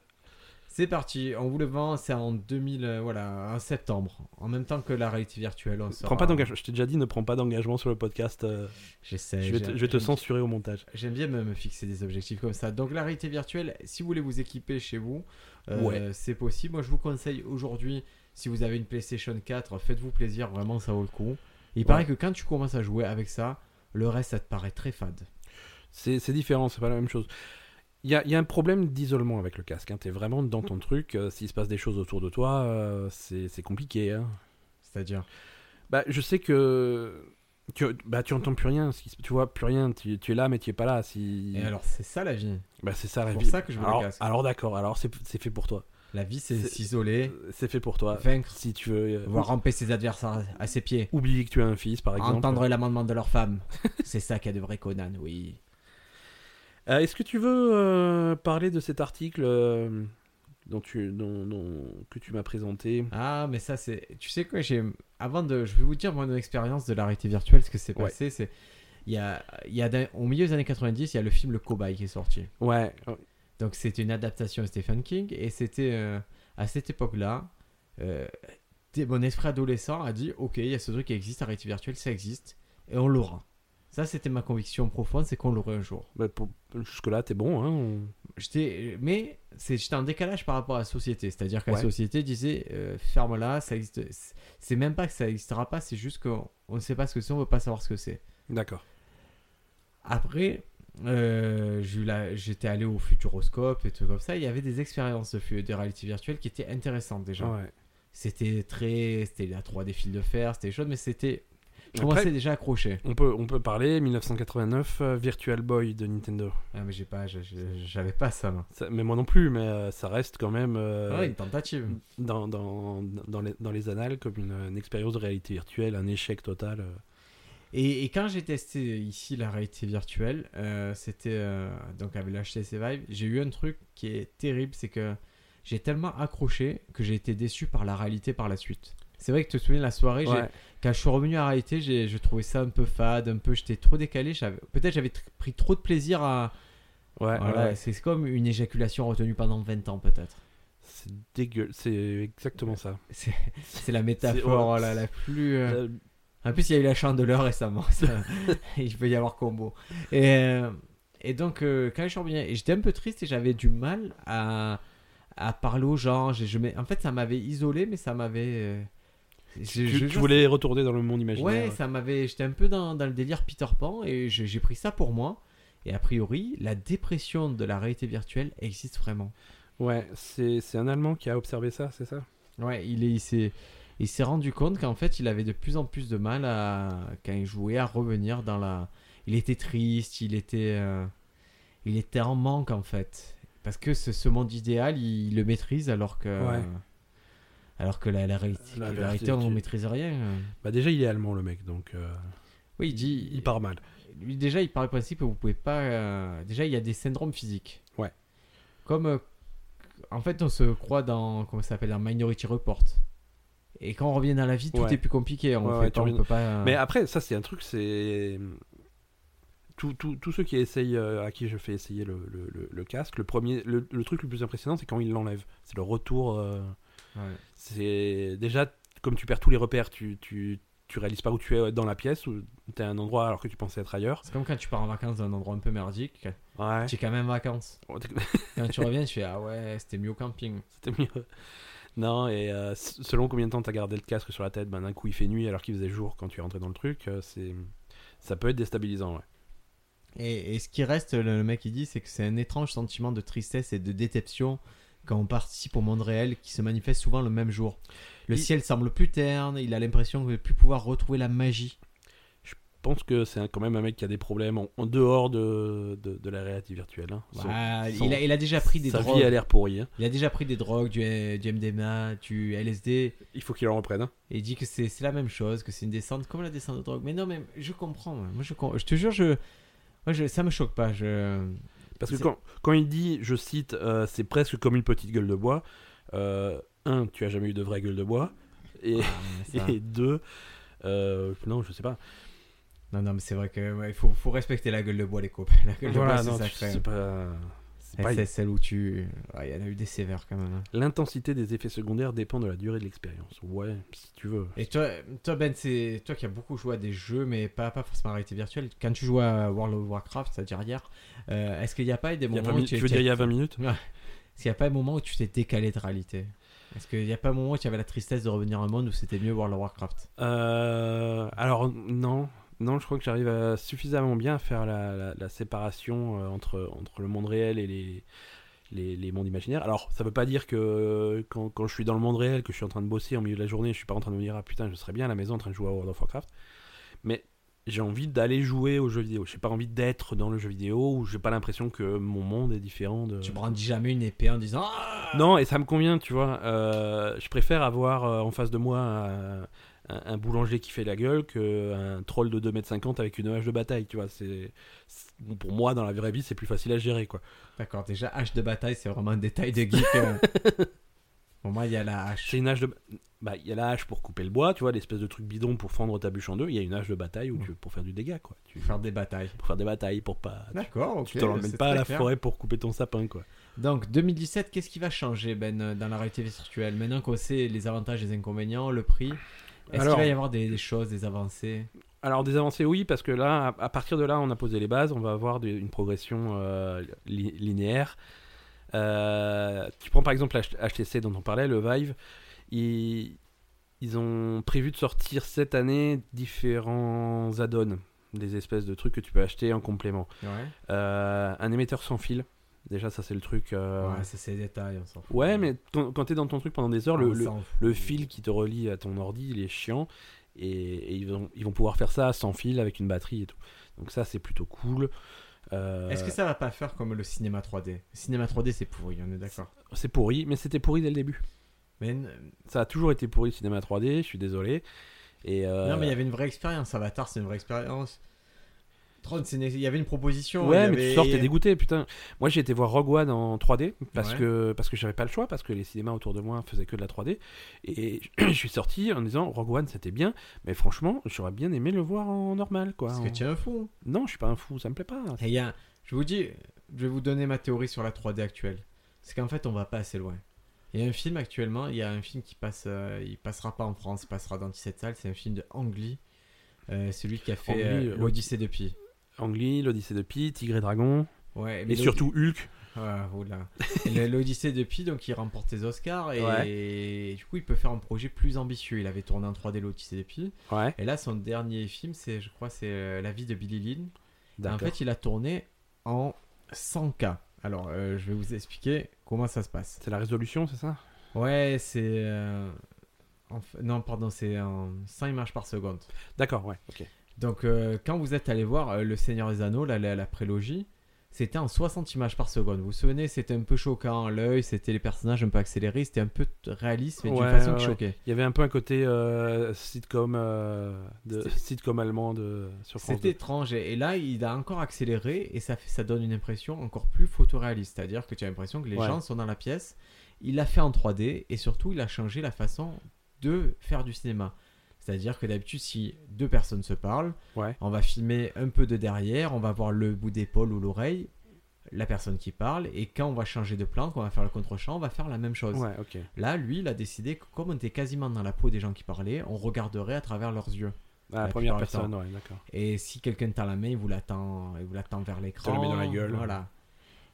Speaker 1: C'est parti, on vous le vend, c'est en 2000, euh, voilà, en septembre, en même temps que la réalité virtuelle. On
Speaker 2: Prends
Speaker 1: sera-
Speaker 2: pas d'engagement. Je t'ai déjà dit, ne prends pas d'engagement sur le podcast. euh,
Speaker 1: J'essaie.
Speaker 2: je vais te,
Speaker 1: j'ai-
Speaker 2: je vais te censurer au montage.
Speaker 1: J'aime bien me, me fixer des objectifs comme ça. Donc la réalité virtuelle, si vous voulez vous équiper chez vous, euh,
Speaker 2: Ouais.
Speaker 1: c'est possible. Moi, je vous conseille aujourd'hui, si vous avez une PlayStation 4, faites-vous plaisir, vraiment, ça vaut le coup. Il
Speaker 2: Ouais.
Speaker 1: paraît que quand tu commences à jouer avec ça, le reste, ça te paraît très fade.
Speaker 2: C'est c'est différent, c'est pas la même chose. Il y a, il y a un problème d'isolement avec le casque. Hein. T'es vraiment dans ton truc. euh, S'il se passe des choses autour de toi, euh, c'est c'est compliqué. hein.
Speaker 1: C'est-à-dire,
Speaker 2: Bah, je sais que. que- bah, tu entends plus rien, ce qui se- tu vois plus rien, tu, tu es là mais tu es pas là. Si...
Speaker 1: et alors c'est ça la vie.
Speaker 2: bah, c'est ça la
Speaker 1: c'est pour
Speaker 2: vie.
Speaker 1: ça que je veux le
Speaker 2: alors,
Speaker 1: casque.
Speaker 2: alors d'accord, alors c'est c'est fait pour toi.
Speaker 1: La vie, c'est
Speaker 2: C'est-
Speaker 1: s'isoler,
Speaker 2: Euh, C'est fait pour toi.
Speaker 1: vaincre,
Speaker 2: Si tu veux. euh,
Speaker 1: voir ramper ses adversaires à ses pieds,
Speaker 2: Oublier que tu as un fils par exemple.
Speaker 1: entendre l'amendement de leur femme. (laughs) c'est ça qu'il y a de vrai Conan, oui.
Speaker 2: Euh, Est-ce que tu veux euh, parler de cet article euh, dont tu, dont- dont- que tu m'as présenté
Speaker 1: Ah, mais ça, c'est. Tu sais quoi, j'ai. Avant de. Je vais vous dire mon expérience de la réalité virtuelle, ce que c'est
Speaker 2: Ouais.
Speaker 1: passé. C'est. Il y a, il y a d'un- au milieu des années 90, il y a le film Le Cobaye qui est sorti.
Speaker 2: Ouais. euh,
Speaker 1: Donc c'était une adaptation de Stephen King et c'était euh, à cette époque-là, euh, t'es- mon esprit adolescent a dit ok, il y a ce truc qui existe, la réalité virtuelle, ça existe et on l'aura. Ça c'était ma conviction profonde, c'est qu'on l'aurait un jour.
Speaker 2: bah, pour- Jusque-là, t'es bon. Hein on-
Speaker 1: J'étais, mais c'est, j'étais en décalage par rapport à la société, c'est-à-dire que la
Speaker 2: Ouais.
Speaker 1: société disait euh, ferme-la, ça existe. C'est même pas que ça n'existera pas, c'est juste qu'on on ne sait pas ce que c'est, on veut pas savoir ce que c'est.
Speaker 2: D'accord.
Speaker 1: Après, euh, j'ai eu la- j'étais allé au Futuroscope et tout comme ça. Il y avait des expériences de, fu- de réalité virtuelle qui étaient intéressantes déjà.
Speaker 2: Ouais.
Speaker 1: C'était très. C'était la 3D fil de fer, c'était chaud, mais c'était. Je
Speaker 2: Après-
Speaker 1: commençais déjà à accrocher.
Speaker 2: On, peut, on peut parler 1989, euh, Virtual Boy de Nintendo.
Speaker 1: Ah, mais j'ai pas. je- je- J'avais pas ça, moi.
Speaker 2: Ça- mais moi non plus, mais euh, ça reste quand même euh,
Speaker 1: Ah ouais, une tentative.
Speaker 2: dans, dans, dans, les, dans les annales comme une, une expérience de réalité virtuelle, un échec total. euh.
Speaker 1: Et, et quand j'ai testé ici la réalité virtuelle, euh, c'était euh, donc avec le HTC Vive, j'ai eu un truc qui est terrible, c'est que j'ai tellement accroché que j'ai été déçu par la réalité par la suite. C'est vrai que tu te souviens la soirée, j'ai-
Speaker 2: Ouais.
Speaker 1: Quand je suis revenu à la réalité, j'ai je trouvais ça un peu fade, un peu j'étais trop décalé. j'avais- Peut-être j'avais tr- pris trop de plaisir à.
Speaker 2: Ouais,
Speaker 1: Voilà,
Speaker 2: ouais.
Speaker 1: C'est comme une éjaculation retenue pendant 20 ans, peut-être.
Speaker 2: C'est dégueu. C'est exactement ça.
Speaker 1: C'est c'est la métaphore
Speaker 2: ouais.
Speaker 1: là, la plus. euh,
Speaker 2: Euh,
Speaker 1: En plus, il y a eu la chandeleur récemment.
Speaker 2: (laughs)
Speaker 1: ça- il peut y avoir combo. Et, euh, et donc, euh, quand je suis revenu, et j'étais un peu triste et j'avais du mal à, à parler aux gens. J'ai- je m'ai- en fait, ça m'avait isolé, mais ça m'avait. euh, je-
Speaker 2: tu,
Speaker 1: je-
Speaker 2: tu voulais retourner dans le monde imaginaire.
Speaker 1: Ouais, ça m'avait. J'étais un peu dans, dans le délire Peter Pan et je- j'ai pris ça pour moi. Et a priori, la dépression de la réalité virtuelle existe vraiment.
Speaker 2: Ouais, c'est c'est un Allemand qui a observé ça, c'est ça
Speaker 1: Ouais, il est, il s'est, il s'est rendu compte qu'en fait, il avait de plus en plus de mal à quand il jouait à revenir dans la. Il était triste, il était, euh, il était en manque en fait, parce que ce, ce monde idéal, il, il le maîtrise alors que.
Speaker 2: Ouais.
Speaker 1: Alors que la, la réalité,
Speaker 2: La
Speaker 1: la réalité, on
Speaker 2: vertu-
Speaker 1: ne maîtrise rien.
Speaker 2: Bah déjà, il est allemand le mec, donc euh,
Speaker 1: Oui, il dit.
Speaker 2: il part mal.
Speaker 1: Lui, déjà, il part du principe que vous pouvez pas. euh, Déjà, il y a des syndromes physiques.
Speaker 2: Ouais.
Speaker 1: Comme. euh, En fait, on se croit dans. Comment ça s'appelle Dans Minority Report. Et quand on revient dans la vie, tout
Speaker 2: Ouais.
Speaker 1: est plus compliqué. On,
Speaker 2: Ouais,
Speaker 1: fait
Speaker 2: ouais,
Speaker 1: pas,
Speaker 2: tu
Speaker 1: on peut pas. euh,
Speaker 2: Mais après, ça c'est un truc, c'est tous tous- tous ceux qui essayent, euh, à qui je fais essayer le, le- le- le casque, le premier, le, le truc le plus impressionnant, c'est quand ils l'enlèvent. C'est le retour. euh,
Speaker 1: Ouais.
Speaker 2: c'est déjà comme tu perds tous les repères, tu, tu tu réalises pas où tu es dans la pièce ou t'es à un endroit alors que tu pensais être ailleurs.
Speaker 1: C'est comme quand tu pars en vacances dans un endroit un peu merdique.
Speaker 2: Ouais.
Speaker 1: Tu es quand même en vacances. Quand tu reviens, tu fais Ah ouais, c'était mieux au camping.
Speaker 2: C'était mieux. (laughs) Non, et euh, s- selon combien de temps t'as gardé le casque sur la tête, ben, d'un coup il fait nuit alors qu'il faisait jour quand tu es rentré dans le truc, euh, c'est ça peut être déstabilisant. Ouais.
Speaker 1: Et, et ce qui reste, le, le mec, il dit, c'est que c'est un étrange sentiment de tristesse et de déception quand on participe au monde réel qui se manifeste souvent le même jour. Le
Speaker 2: Il-
Speaker 1: ciel semble plus terne, il a l'impression de ne plus pouvoir retrouver la magie.
Speaker 2: Je pense que c'est un- quand même un mec qui a des problèmes en, en dehors de, de, de la réalité virtuelle. hein. Son-
Speaker 1: Bah,
Speaker 2: son-
Speaker 1: il, a, il a déjà pris des
Speaker 2: sa
Speaker 1: drogues.
Speaker 2: vie a l'air pourrie. hein.
Speaker 1: Il a déjà pris des drogues, du, du MDMA, du LSD.
Speaker 2: Il faut qu'il en reprenne. hein.
Speaker 1: Et il dit que c'est c'est la même chose, que c'est une descente comme la descente de drogue. Mais non, mais je comprends. Moi, Moi, je, com- je te jure, je, moi, je- ça me choque pas. Je...
Speaker 2: Parce que
Speaker 1: C'est-
Speaker 2: quand, quand il dit, je cite, euh, c'est presque comme une petite gueule de bois. euh, un, tu as jamais eu de vraie gueule de bois. Et,
Speaker 1: Ah, mais ça-
Speaker 2: (laughs) et deux, euh, non, je sais pas.
Speaker 1: Non, non, mais c'est vrai que ouais, il faut, faut respecter la gueule de bois, les copains. La gueule de
Speaker 2: Voilà,
Speaker 1: bois,
Speaker 2: non,
Speaker 1: c'est
Speaker 2: tu-
Speaker 1: sacré.
Speaker 2: c'est pas. C'est
Speaker 1: Eh,
Speaker 2: pas-
Speaker 1: C'est celle où tu. Ouais, Il y en a eu des sévères quand même. hein.
Speaker 2: L'intensité des effets secondaires dépend de la durée de l'expérience. Ouais, si tu veux.
Speaker 1: Et toi, toi Ben, c'est toi qui as beaucoup joué à des jeux, mais pas, pas forcément en réalité virtuelle. Quand tu joues à World of Warcraft, c'est-à-dire hier, euh, est-ce qu'il n'y a pas eu des
Speaker 2: Il y a
Speaker 1: moments
Speaker 2: vingt
Speaker 1: où
Speaker 2: minutes-
Speaker 1: tu
Speaker 2: tu veux dire il y a 20 minutes
Speaker 1: est-ce qu'il y a pas un moment où tu t'es décalé de réalité Est-ce qu'il n'y a pas un moment où tu avais la tristesse de revenir à un monde où c'était mieux World of Warcraft
Speaker 2: Euh, alors non, non, je crois que j'arrive à- suffisamment bien à faire la, la- la séparation euh, entre, entre le monde réel et les, les, les mondes imaginaires. Alors ça veut pas dire que euh, quand, quand je suis dans le monde réel, que je suis en train de bosser au milieu de la journée, je suis pas en train de me dire ah putain je serais bien à la maison en train de jouer à World of Warcraft. Mais j'ai envie d'aller jouer aux jeux vidéo. J'ai pas envie d'être dans le jeu vidéo où j'ai pas l'impression que mon monde est différent de.
Speaker 1: Tu brandis jamais une épée en disant Ah
Speaker 2: Non, et ça me convient, tu vois. Euh, je préfère avoir euh, en face de moi un, un- un boulanger qui fait la gueule qu'un troll de 2m50 avec une hache de bataille, tu vois. C'est, c'est- bon, pour moi, dans la vraie vie, c'est plus facile à gérer, quoi.
Speaker 1: D'accord, déjà, hache de bataille, c'est vraiment un détail de geek. euh. (laughs) Pour moi, il y a la hache.
Speaker 2: C'est une hache de. Bah, il y a la hache pour couper le bois, tu vois, l'espèce de truc bidon pour fendre ta bûche en deux. Il y a une hache de bataille où
Speaker 1: Mmh.
Speaker 2: tu, pour faire du dégât, quoi. Tu,
Speaker 1: Faut Faire des batailles.
Speaker 2: Pour faire des batailles, pour pas.
Speaker 1: D'accord, ok.
Speaker 2: Tu te l'emmènes
Speaker 1: c'est
Speaker 2: pas à
Speaker 1: très
Speaker 2: la
Speaker 1: clair.
Speaker 2: forêt pour couper ton sapin, quoi.
Speaker 1: Donc 2017, qu'est-ce qui va changer Ben euh, dans la réalité virtuelle Maintenant qu'on sait les avantages et les inconvénients, le prix, est-ce
Speaker 2: Alors-
Speaker 1: qu'il va y avoir des, des choses, des avancées
Speaker 2: Alors des avancées oui parce que là à à partir de là on a posé les bases, on va avoir des- une progression euh, li- linéaire. Euh, tu prends par exemple H- HTC dont on parlait, le Vive, ils, ils ont prévu de sortir cette année différents add-ons, des espèces de trucs que tu peux acheter en complément.
Speaker 1: Ouais.
Speaker 2: Euh, un émetteur sans fil, déjà ça c'est le truc. euh,
Speaker 1: Ouais, ça c'est des détails, on s'en fout.
Speaker 2: Ouais mais ton- quand t'es dans ton truc pendant des heures, le,
Speaker 1: On
Speaker 2: le-
Speaker 1: s'en fout.
Speaker 2: le fil qui te relie à ton ordi, il est chiant. Et, et ils, vont, ils vont pouvoir faire ça sans fil avec une batterie et tout. Donc ça, c'est plutôt cool. Euh,
Speaker 1: Est-ce que ça va pas faire comme le cinéma 3D Le cinéma 3D c'est pourri, on est d'accord.
Speaker 2: c'est pourri, mais c'était pourri dès le début.
Speaker 1: Mais n-
Speaker 2: Ça a toujours été pourri le cinéma 3D, je suis désolé. Et euh,
Speaker 1: non, mais il y avait une vraie expérience. Avatar, c'est une vraie expérience. Tron, c'est une- il y avait une proposition. il y
Speaker 2: Ouais, mais
Speaker 1: avait-
Speaker 2: tu sors, t'es dégoûté, putain. Moi, j'ai été voir Rogue One en 3D parce
Speaker 1: Ouais.
Speaker 2: que parce que j'avais pas le choix, parce que les cinémas autour de moi faisaient que de la 3D. Et (clears throat) je suis sorti en me disant Rogue One, c'était bien, mais franchement, j'aurais bien aimé le voir en normal, quoi.
Speaker 1: Parce que
Speaker 2: En-
Speaker 1: tu es un fou.
Speaker 2: Non, je suis pas un fou, ça me plaît pas. hein.
Speaker 1: Et il y a- je vous dis, je vais vous donner ma théorie sur la 3D actuelle. C'est qu'en fait, on va pas assez loin. Il y a un film actuellement, il y a un film qui passe, euh, il passera pas en France, il passera dans 17 salles. C'est un film de Ang Lee, euh, celui qui a fait
Speaker 2: Ang Lee,
Speaker 1: euh,
Speaker 2: euh,
Speaker 1: l'Odyssée de Pi.
Speaker 2: Ang Lee, l'Odyssée de Pi, Tigre et Dragon,
Speaker 1: Ouais, mais
Speaker 2: et
Speaker 1: l'Od-
Speaker 2: surtout Hulk.
Speaker 1: Ah, oula. Et le- (laughs) L'Odyssée de Pi, donc il remporte les Oscars et, du coup, il peut faire un projet plus ambitieux. Il avait tourné en 3D l'Odyssée de Pi.
Speaker 2: Ouais,
Speaker 1: Et là, son dernier film, c'est, je crois, c'est euh, La vie de Billy Lynn. Et En
Speaker 2: d'accord.
Speaker 1: fait, il a tourné en 100K. Alors, euh, je vais vous expliquer comment ça se passe.
Speaker 2: C'est la résolution, c'est ça
Speaker 1: Ouais, c'est. euh, en f- Non, pardon, c'est en 100 images par seconde.
Speaker 2: D'accord, ouais. ok.
Speaker 1: Donc, euh, quand vous êtes allé voir euh, Le Seigneur des Anneaux, la, la, la prélogie, c'était en 60 images par seconde. Vous vous souvenez, c'était un peu choquant. L'œil, c'était les personnages un peu accélérés, c'était un peu t- réaliste, mais d'une
Speaker 2: Ouais,
Speaker 1: façon
Speaker 2: ouais,
Speaker 1: qui
Speaker 2: ouais.
Speaker 1: choquait.
Speaker 2: Il y avait un peu un côté euh, sitcom, euh, de, sitcom allemand de, sur France
Speaker 1: C'était étrange. Et et là, il a encore accéléré et ça, fait, ça donne une impression encore plus photoréaliste. C'est-à-dire que tu as l'impression que les
Speaker 2: Ouais.
Speaker 1: gens sont dans la pièce. Il l'a fait en 3D et surtout, il a changé la façon de faire du cinéma. C'est-à-dire que d'habitude, si deux personnes se parlent,
Speaker 2: Ouais.
Speaker 1: on va filmer un peu de derrière, on va voir le bout d'épaule ou l'oreille, la personne qui parle, et quand on va changer de plan, quand on va faire le contre-champ, on va faire la même chose.
Speaker 2: 2. Ouais, ok.
Speaker 1: Là, lui, il a décidé que comme on était quasiment dans la peau des gens qui parlaient, on regarderait à travers leurs yeux.
Speaker 2: Ah, la
Speaker 1: La
Speaker 2: première
Speaker 1: plupart du
Speaker 2: personne, ouais, d'accord.
Speaker 1: Et si quelqu'un tend la main, il vous l'attend, il vous l'attend vers l'écran.
Speaker 2: Te le met dans la gueule.
Speaker 1: Voilà.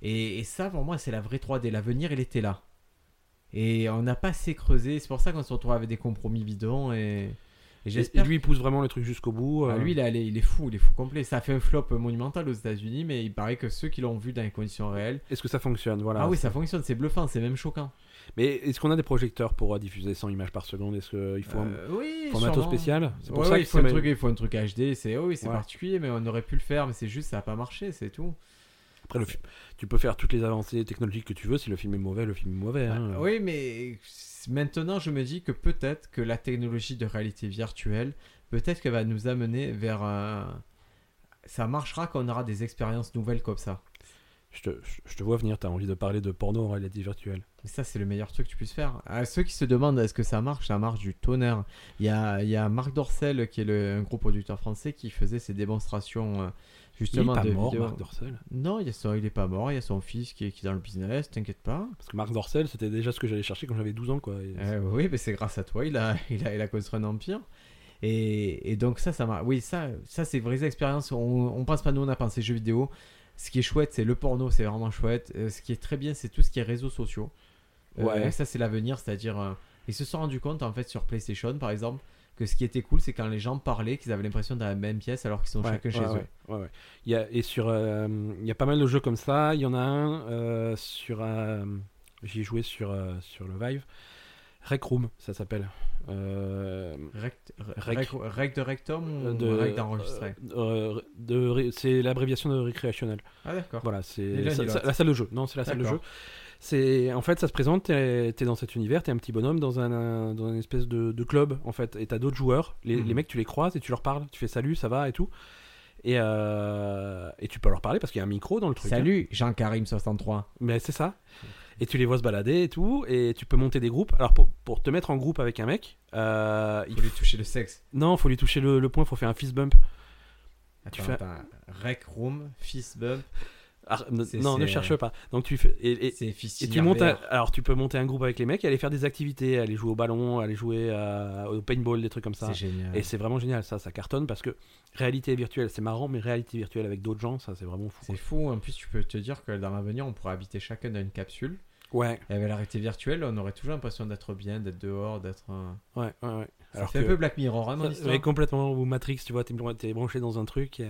Speaker 1: Et, et ça, pour moi, c'est la vraie 3D. L'avenir, il était là. Et on n'a pas assez creusé. C'est pour ça qu'on se retrouve avec des compromis bidons. Et, et
Speaker 2: Et
Speaker 1: j'espère.
Speaker 2: lui, il pousse vraiment le truc jusqu'au bout.
Speaker 1: Ah,
Speaker 2: euh,
Speaker 1: lui, il est, allé- il est fou, il est fou complet. Ça a fait un flop monumental aux États-Unis, mais il paraît que ceux qui l'ont vu dans les conditions réelles.
Speaker 2: Est-ce que ça fonctionne voilà.
Speaker 1: ah oui, ça fonctionne, c'est bluffant, c'est même choquant.
Speaker 2: Mais est-ce qu'on a des projecteurs pour euh, diffuser 100 images par seconde Est-ce qu'il faut un
Speaker 1: Euh, oui,
Speaker 2: format
Speaker 1: sûrement.
Speaker 2: spécial C'est pour
Speaker 1: Ouais,
Speaker 2: ça
Speaker 1: ouais,
Speaker 2: que
Speaker 1: il faut un
Speaker 2: c'est-
Speaker 1: truc, il faut un truc HD. C'est oh oui, c'est
Speaker 2: Ouais.
Speaker 1: particulier, mais on aurait pu le faire, mais c'est juste ça n'a pas marché, c'est tout.
Speaker 2: Après, le fi- tu peux faire toutes les avancées technologiques que tu veux. Si le film est mauvais, le film est mauvais.
Speaker 1: Bah,
Speaker 2: hein.
Speaker 1: oui, mais maintenant je me dis que peut-être que la technologie de réalité virtuelle, peut-être qu'elle va nous amener vers un... Ça marchera quand on aura des expériences nouvelles comme ça.
Speaker 2: Je te, je- je te vois venir, t'as envie de parler de porno en réalité virtuelle.
Speaker 1: Mais ça, c'est le meilleur truc que tu puisses faire. À ceux qui se demandent est-ce que ça marche, ça marche du tonnerre. Il y a, il y a Marc Dorcel, qui est le, un gros producteur français, qui faisait ses démonstrations euh,
Speaker 2: Il est
Speaker 1: justement
Speaker 2: pas
Speaker 1: de
Speaker 2: mort,
Speaker 1: vidéos.
Speaker 2: Marc Dorcel.
Speaker 1: Non, il, y a son- il est pas mort, il y a son fils qui est, qui est dans le business, t'inquiète pas.
Speaker 2: Parce que Marc Dorcel, c'était déjà ce que j'allais chercher quand j'avais 12 ans, quoi. Et
Speaker 1: Euh, oui, mais c'est grâce à toi, il a, (laughs) il a, il a construit un empire. Et, et donc ça, ça m'a... Oui, ça, ça c'est vraies expériences. On, on pense pas, nous, on a pensé jeux vidéo. Ce qui est chouette, c'est le porno, c'est vraiment chouette. Euh, ce qui est très bien, c'est tout ce qui est réseaux sociaux. Euh,
Speaker 2: Ouais.
Speaker 1: ça, c'est l'avenir, c'est-à-dire... euh, ils se sont rendus compte, en fait, sur PlayStation, par exemple, que ce qui était cool, c'est quand les gens parlaient, qu'ils avaient l'impression d'être dans la même pièce alors qu'ils sont
Speaker 2: Ouais,
Speaker 1: chacun chez
Speaker 2: ouais,
Speaker 1: eux.
Speaker 2: ouais, ouais, ouais. Il y a, et sur, euh, il y a pas mal de jeux comme ça. Il y en a un euh, sur, euh, j'y ai joué sur euh, sur le Vive, Rec Room, ça s'appelle. Euh,
Speaker 1: Rect, re-
Speaker 2: Rec.
Speaker 1: rec- rec Euh, de rectum ou
Speaker 2: de-
Speaker 1: rec d'enregistré
Speaker 2: euh, de ré- c'est l'abréviation de recreational.
Speaker 1: Ah d'accord.
Speaker 2: Voilà,
Speaker 1: Ni
Speaker 2: c'est
Speaker 1: l'un
Speaker 2: ça-
Speaker 1: ni
Speaker 2: ça-
Speaker 1: l'autre.
Speaker 2: la salle de jeu. Non, c'est la salle de jeu.
Speaker 1: D'accord.
Speaker 2: C'est en fait, ça se présente. T'es es dans cet univers, t'es un petit bonhomme dans un, un- dans une espèce de, de club en fait, et t'as d'autres joueurs. Les,
Speaker 1: Mhm.
Speaker 2: les mecs, tu les croises et tu leur parles. Tu fais salut, ça va et tout. Et, euh, et tu peux leur parler parce qu'il y a un micro dans le truc. hein.
Speaker 1: Salut, Jean-Karim63.
Speaker 2: Mais c'est ça. Et tu les vois se balader et tout, et tu peux monter des groupes. Alors pour, pour te mettre en groupe avec un mec, euh, il
Speaker 1: Il faut lui toucher le sexe.
Speaker 2: non, faut lui toucher le, le poing, faut faire un fist bump.
Speaker 1: Attends,
Speaker 2: Tu fais-
Speaker 1: attends. Rec room, fist bump,
Speaker 2: Ah, ne-
Speaker 1: C'est-
Speaker 2: non, ne
Speaker 1: c'est-
Speaker 2: cherche pas. Donc tu fais et, et-
Speaker 1: c'est fist
Speaker 2: et tu montes. un- alors tu peux monter un groupe avec les mecs, et aller faire des activités, aller jouer au ballon, aller jouer à- au paintball, des trucs comme ça.
Speaker 1: C'est génial.
Speaker 2: Et c'est vraiment génial, ça, ça cartonne parce que réalité virtuelle, c'est marrant, mais réalité virtuelle avec d'autres gens, ça, c'est vraiment fou.
Speaker 1: C'est fou. En plus, tu peux te dire que dans l'avenir, on pourrait habiter chacun dans une capsule.
Speaker 2: Ouais,
Speaker 1: Et avec la réalité virtuelle, on aurait toujours l'impression d'être bien, d'être dehors, d'être. un-
Speaker 2: ouais, ouais. ouais.
Speaker 1: Ça
Speaker 2: alors
Speaker 1: fait
Speaker 2: que-
Speaker 1: un peu Black Mirror, hein, mon
Speaker 2: ça-
Speaker 1: histoire.
Speaker 2: mais complètement ou Matrix, tu vois, t'es t'es branché dans un truc. et, euh,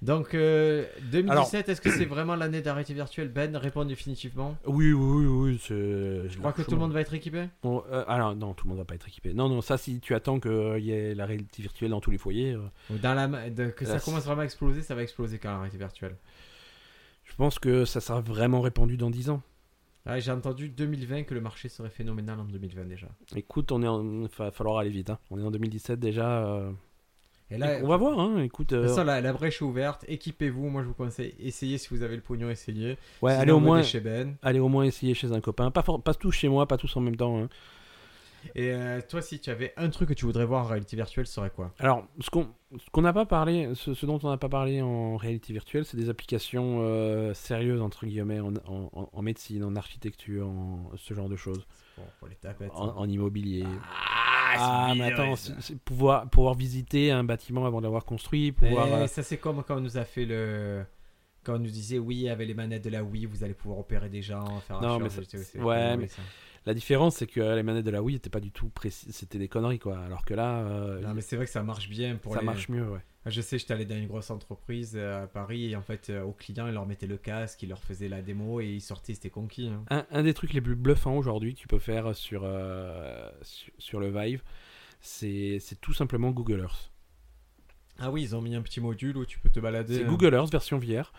Speaker 1: Donc, euh, 2017,
Speaker 2: Alors-
Speaker 1: est-ce que c'est vraiment l'année de la réalité virtuelle Ben, réponds définitivement.
Speaker 2: Oui, oui, oui, oui. c'est-
Speaker 1: Je crois que tout le monde va être équipé.
Speaker 2: Bon, euh, alors, non, tout le monde va pas être équipé. Non, non, ça, si tu attends qu'il y ait la réalité virtuelle dans tous les foyers, euh,
Speaker 1: Ou Dans la... ma- de- Que ça
Speaker 2: Là,
Speaker 1: commence vraiment à exploser, ça va exploser quand la réalité virtuelle.
Speaker 2: je pense que ça sera vraiment répandu dans 10 ans.
Speaker 1: Ouais, J'ai entendu 2020 que le marché serait phénoménal en 2020 déjà.
Speaker 2: Écoute, on est en... va falloir aller vite. hein. On est en 2017 déjà. euh,
Speaker 1: Et là,
Speaker 2: on va voir, hein, écoute. euh,
Speaker 1: De toute façon, la, la brèche est ouverte, équipez-vous, moi je vous conseille, essayez si vous avez le pognon, essayez.
Speaker 2: Ouais,
Speaker 1: Sinon,
Speaker 2: allez au,
Speaker 1: venez
Speaker 2: moins,
Speaker 1: chez Ben.
Speaker 2: allez au moins essayer chez un copain. Pas, for- pas tous chez moi, pas tous en même temps. hein.
Speaker 1: Et euh, toi, si tu avais un truc que tu voudrais voir en réalité virtuelle, ce serait quoi
Speaker 2: Alors, ce qu'on ce qu'on n'a pas parlé, ce, ce dont on n'a pas parlé en réalité virtuelle, c'est des applications euh, sérieuses, entre guillemets, en, en- en- en médecine, en architecture, en ce genre de choses.
Speaker 1: Bon, pour les tapettes.
Speaker 2: En, en immobilier.
Speaker 3: Ah,
Speaker 2: Ah, mais attends, c'est- c'est pouvoir, pouvoir visiter un bâtiment avant de l'avoir construit, pouvoir.
Speaker 1: Mais
Speaker 2: euh,
Speaker 1: Ben, ça, c'est comme quand on nous a fait le. Quand on nous disait oui, avec les manettes de la Wii, vous allez pouvoir opérer des gens, faire
Speaker 2: Non,
Speaker 1: un
Speaker 2: mais
Speaker 1: chirurgien,
Speaker 2: ça-
Speaker 1: c'est- c'est-
Speaker 2: ouais,
Speaker 1: c'est-
Speaker 2: mais-
Speaker 1: ça.
Speaker 2: La différence, c'est que euh, les manettes de la Wii n'étaient pas du tout précises, c'était des conneries, quoi. Alors que là, euh,
Speaker 1: Non, mais c'est vrai que ça marche bien pour
Speaker 2: ça
Speaker 1: les-
Speaker 2: marche mieux, ouais.
Speaker 1: Je sais, j'étais allé dans une grosse entreprise euh, à Paris et en fait, euh, aux clients, ils leur mettaient le casque, ils leur faisaient la démo et ils sortaient, c'était conquis. hein.
Speaker 2: Un, un des trucs les plus bluffants aujourd'hui que tu peux faire sur, euh, sur, sur le Vive, c'est c'est tout simplement Google Earth.
Speaker 1: Ah oui, ils ont mis un petit module où tu peux te balader.
Speaker 2: C'est
Speaker 1: euh,
Speaker 2: Google Earth version VR.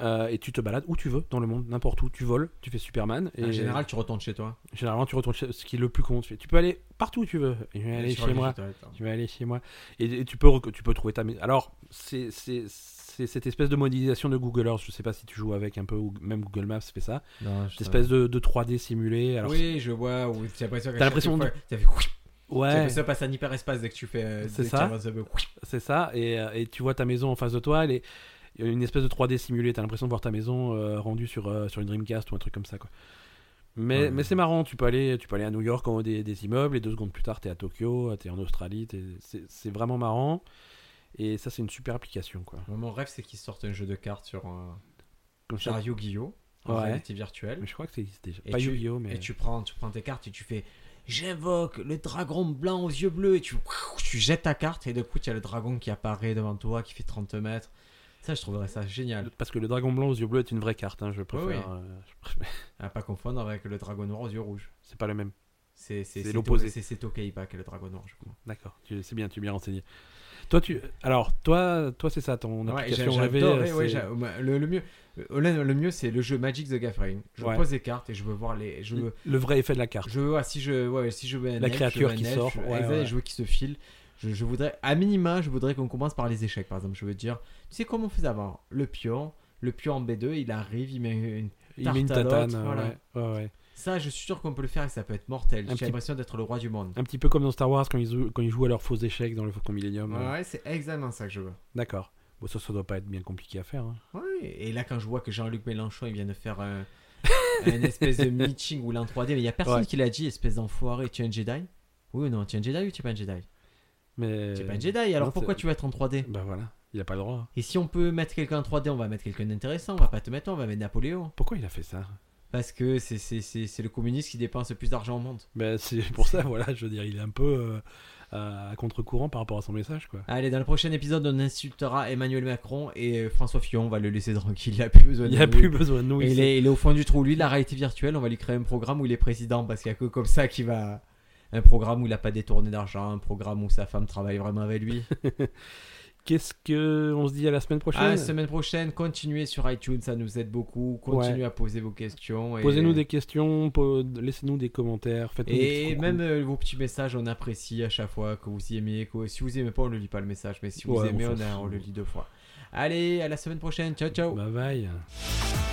Speaker 2: euh, et tu te balades où tu veux dans le monde, n'importe où. Tu voles, tu fais Superman. Et
Speaker 1: En général, tu retournes chez toi.
Speaker 2: généralement, tu retournes chez ce qui est le plus con. Tu, fais- tu peux aller partout où tu veux. Et je vais aller
Speaker 1: Sur
Speaker 2: chez
Speaker 1: les
Speaker 2: moi.
Speaker 1: toilettes, hein.
Speaker 2: Tu vas aller chez moi. Et, et tu, peux, rec- tu peux trouver ta. mais- Alors, c'est c'est- c'est cette espèce de modélisation de Google Earth. Je sais pas si tu joues avec un peu, ou même Google Maps fait ça.
Speaker 1: Non, je-
Speaker 2: Cette espèce de, de 3D simulé. Alors,
Speaker 1: oui, je vois. Où t'as l'impression qu'à
Speaker 2: T'as
Speaker 1: chaque
Speaker 2: l'impression
Speaker 1: fois,
Speaker 2: de-
Speaker 1: t'as fait couic, t'as
Speaker 2: Ouais,
Speaker 1: l'impression de passer un hyperespace dès que tu fais. euh,
Speaker 2: C'est
Speaker 1: dès que
Speaker 2: ça.
Speaker 1: tu avances un peu, couic.
Speaker 2: c'est ça. Et, euh, et tu vois ta maison en face de toi. Elle est- il y a une espèce de 3D simulé. T'as l'impression de voir ta maison euh, rendue sur, euh, sur une Dreamcast ou un truc comme ça. Quoi. Mais,
Speaker 1: Ouais.
Speaker 2: mais c'est marrant. Tu peux, aller, tu peux aller à New York en haut des, des immeubles. Et deux secondes plus tard, t'es à Tokyo, t'es en Australie. t'es- c'est- C'est vraiment marrant. Et ça, c'est une super application. Quoi.
Speaker 1: Moi, Mon rêve, c'est qu'ils sortent un jeu de cartes sur un
Speaker 2: Comme ça,
Speaker 1: sur Yu-Gi-Oh! en
Speaker 2: Ouais.
Speaker 1: réalité virtuelle.
Speaker 2: Mais je euh, crois que ça existe déjà.
Speaker 1: Et
Speaker 2: pas
Speaker 1: tu-
Speaker 2: Yu-Gi-Oh, mais.
Speaker 1: Et tu prends, tu prends tes cartes et tu fais. J'invoque le dragon blanc aux yeux bleus et tu, tu jettes ta carte et de coup tu as le dragon qui apparaît devant toi qui fait 30 mètres. Ça je trouverais ça génial.
Speaker 2: Parce que le dragon blanc aux yeux bleus est une vraie carte, hein, je préfère.
Speaker 1: Oui, oui.
Speaker 2: euh, je préfère-
Speaker 1: À pas confondre avec le dragon noir aux yeux rouges.
Speaker 2: C'est pas le même.
Speaker 1: C'est c'est-
Speaker 2: C'est
Speaker 1: c'est
Speaker 2: l'opposé.
Speaker 1: To- C'est c'est Tokaiba qui est le dragon noir je crois.
Speaker 2: D'accord. Tu- C'est bien, tu es bien renseigné. Toi, tu. Alors, toi, toi, c'est ça ton
Speaker 1: Ouais,
Speaker 2: application
Speaker 1: j'a-
Speaker 2: rêvée.
Speaker 1: j'adorais,
Speaker 2: euh,
Speaker 1: ouais,
Speaker 2: c'est-
Speaker 1: j'a- moi, le, le mieux, euh, le, le mieux c'est le jeu Magic the Gathering. Je
Speaker 2: Ouais.
Speaker 1: pose des cartes et je veux voir les. Je veux,
Speaker 2: Le vrai effet de la carte.
Speaker 1: je veux voir si je, ouais, si je veux un
Speaker 2: La
Speaker 1: elfe,
Speaker 2: créature
Speaker 1: je veux un
Speaker 2: qui
Speaker 1: elfe,
Speaker 2: sort,
Speaker 1: je veux-
Speaker 2: ouais,
Speaker 1: exact,
Speaker 2: ouais.
Speaker 1: je veux qu'il se file. Je, je voudrais, à minima, je voudrais qu'on commence par les échecs, par exemple. Je veux dire, tu sais comment on faisait avant Le pion, Le pion en B2, il arrive, il met une.
Speaker 2: Il met une
Speaker 1: Tarte à
Speaker 2: tatane.
Speaker 1: l'autre,
Speaker 2: euh,
Speaker 1: voilà.
Speaker 2: ouais, ouais, ouais.
Speaker 1: Ça, je suis sûr qu'on peut le faire et ça peut être mortel.
Speaker 2: Un
Speaker 1: J'ai
Speaker 2: petit-
Speaker 1: l'impression d'être le roi du monde.
Speaker 2: Un petit peu comme dans Star Wars quand ils, jou- quand ils jouent à leurs faux échecs dans le Faucon Millenium. euh.
Speaker 1: Ouais, c'est exactement ça que je veux.
Speaker 2: D'accord. Bon, ça, ça doit pas être bien compliqué à faire. hein.
Speaker 1: Ouais, et là, quand je vois que Jean-Luc Mélenchon, il vient de faire un, un espèce de meeting où il est en 3D, mais il n'y a personne
Speaker 2: Ouais.
Speaker 1: qui l'a dit, espèce d'enfoiré, tu es un Jedi Oui ou non, tu es un Jedi ou tu es pas un Jedi
Speaker 2: Mais...
Speaker 1: Tu es pas un Jedi, alors
Speaker 2: Euh, non,
Speaker 1: pourquoi
Speaker 2: c'est-
Speaker 1: tu vas être en 3D
Speaker 2: Bah voilà, il a pas le droit.
Speaker 1: Et si on peut mettre quelqu'un en 3D, on va mettre quelqu'un d'intéressant, on va pas te mettre, toi, on va mettre Napoléon.
Speaker 2: Pourquoi il a fait ça
Speaker 1: Parce que c'est- c'est c'est- c'est le communiste qui dépense le plus d'argent au monde.
Speaker 2: Bah, C'est pour ça, (laughs) voilà, je veux dire, il est un peu euh, à à contre-courant par rapport à son message, quoi.
Speaker 1: Allez, dans le prochain épisode, on insultera Emmanuel Macron et euh, François Fillon, on va le laisser tranquille, il a plus besoin
Speaker 2: Il
Speaker 1: de
Speaker 2: n'y a
Speaker 1: nous.
Speaker 2: plus besoin de nous.
Speaker 1: Et il,
Speaker 2: ici.
Speaker 1: est, il est au fond du trou. Lui, la réalité virtuelle, on va lui créer un programme où il est président parce qu'il n'y a que comme ça qu'il va. Un programme où il n'a pas détourné d'argent, un programme où sa femme travaille vraiment avec lui.
Speaker 2: Qu'est-ce que on se dit à la semaine prochaine
Speaker 1: À la semaine prochaine, continuez sur iTunes, ça nous aide beaucoup. Continuez à poser vos questions. et-
Speaker 2: Posez-nous des questions, po- laissez-nous des commentaires, faites-nous des petits
Speaker 1: Et
Speaker 2: coucous.
Speaker 1: même euh, vos petits messages, on apprécie à chaque fois que vous y aimez. Que... Si vous aimez pas, on ne le lit pas le message, mais si vous
Speaker 2: Ouais, on
Speaker 1: aimez,
Speaker 2: s'en
Speaker 1: on, a-
Speaker 2: fout.
Speaker 1: on le lit deux fois. Allez, à la semaine prochaine. Ciao, ciao.
Speaker 2: Bah, Bye bye.
Speaker 3: Bye.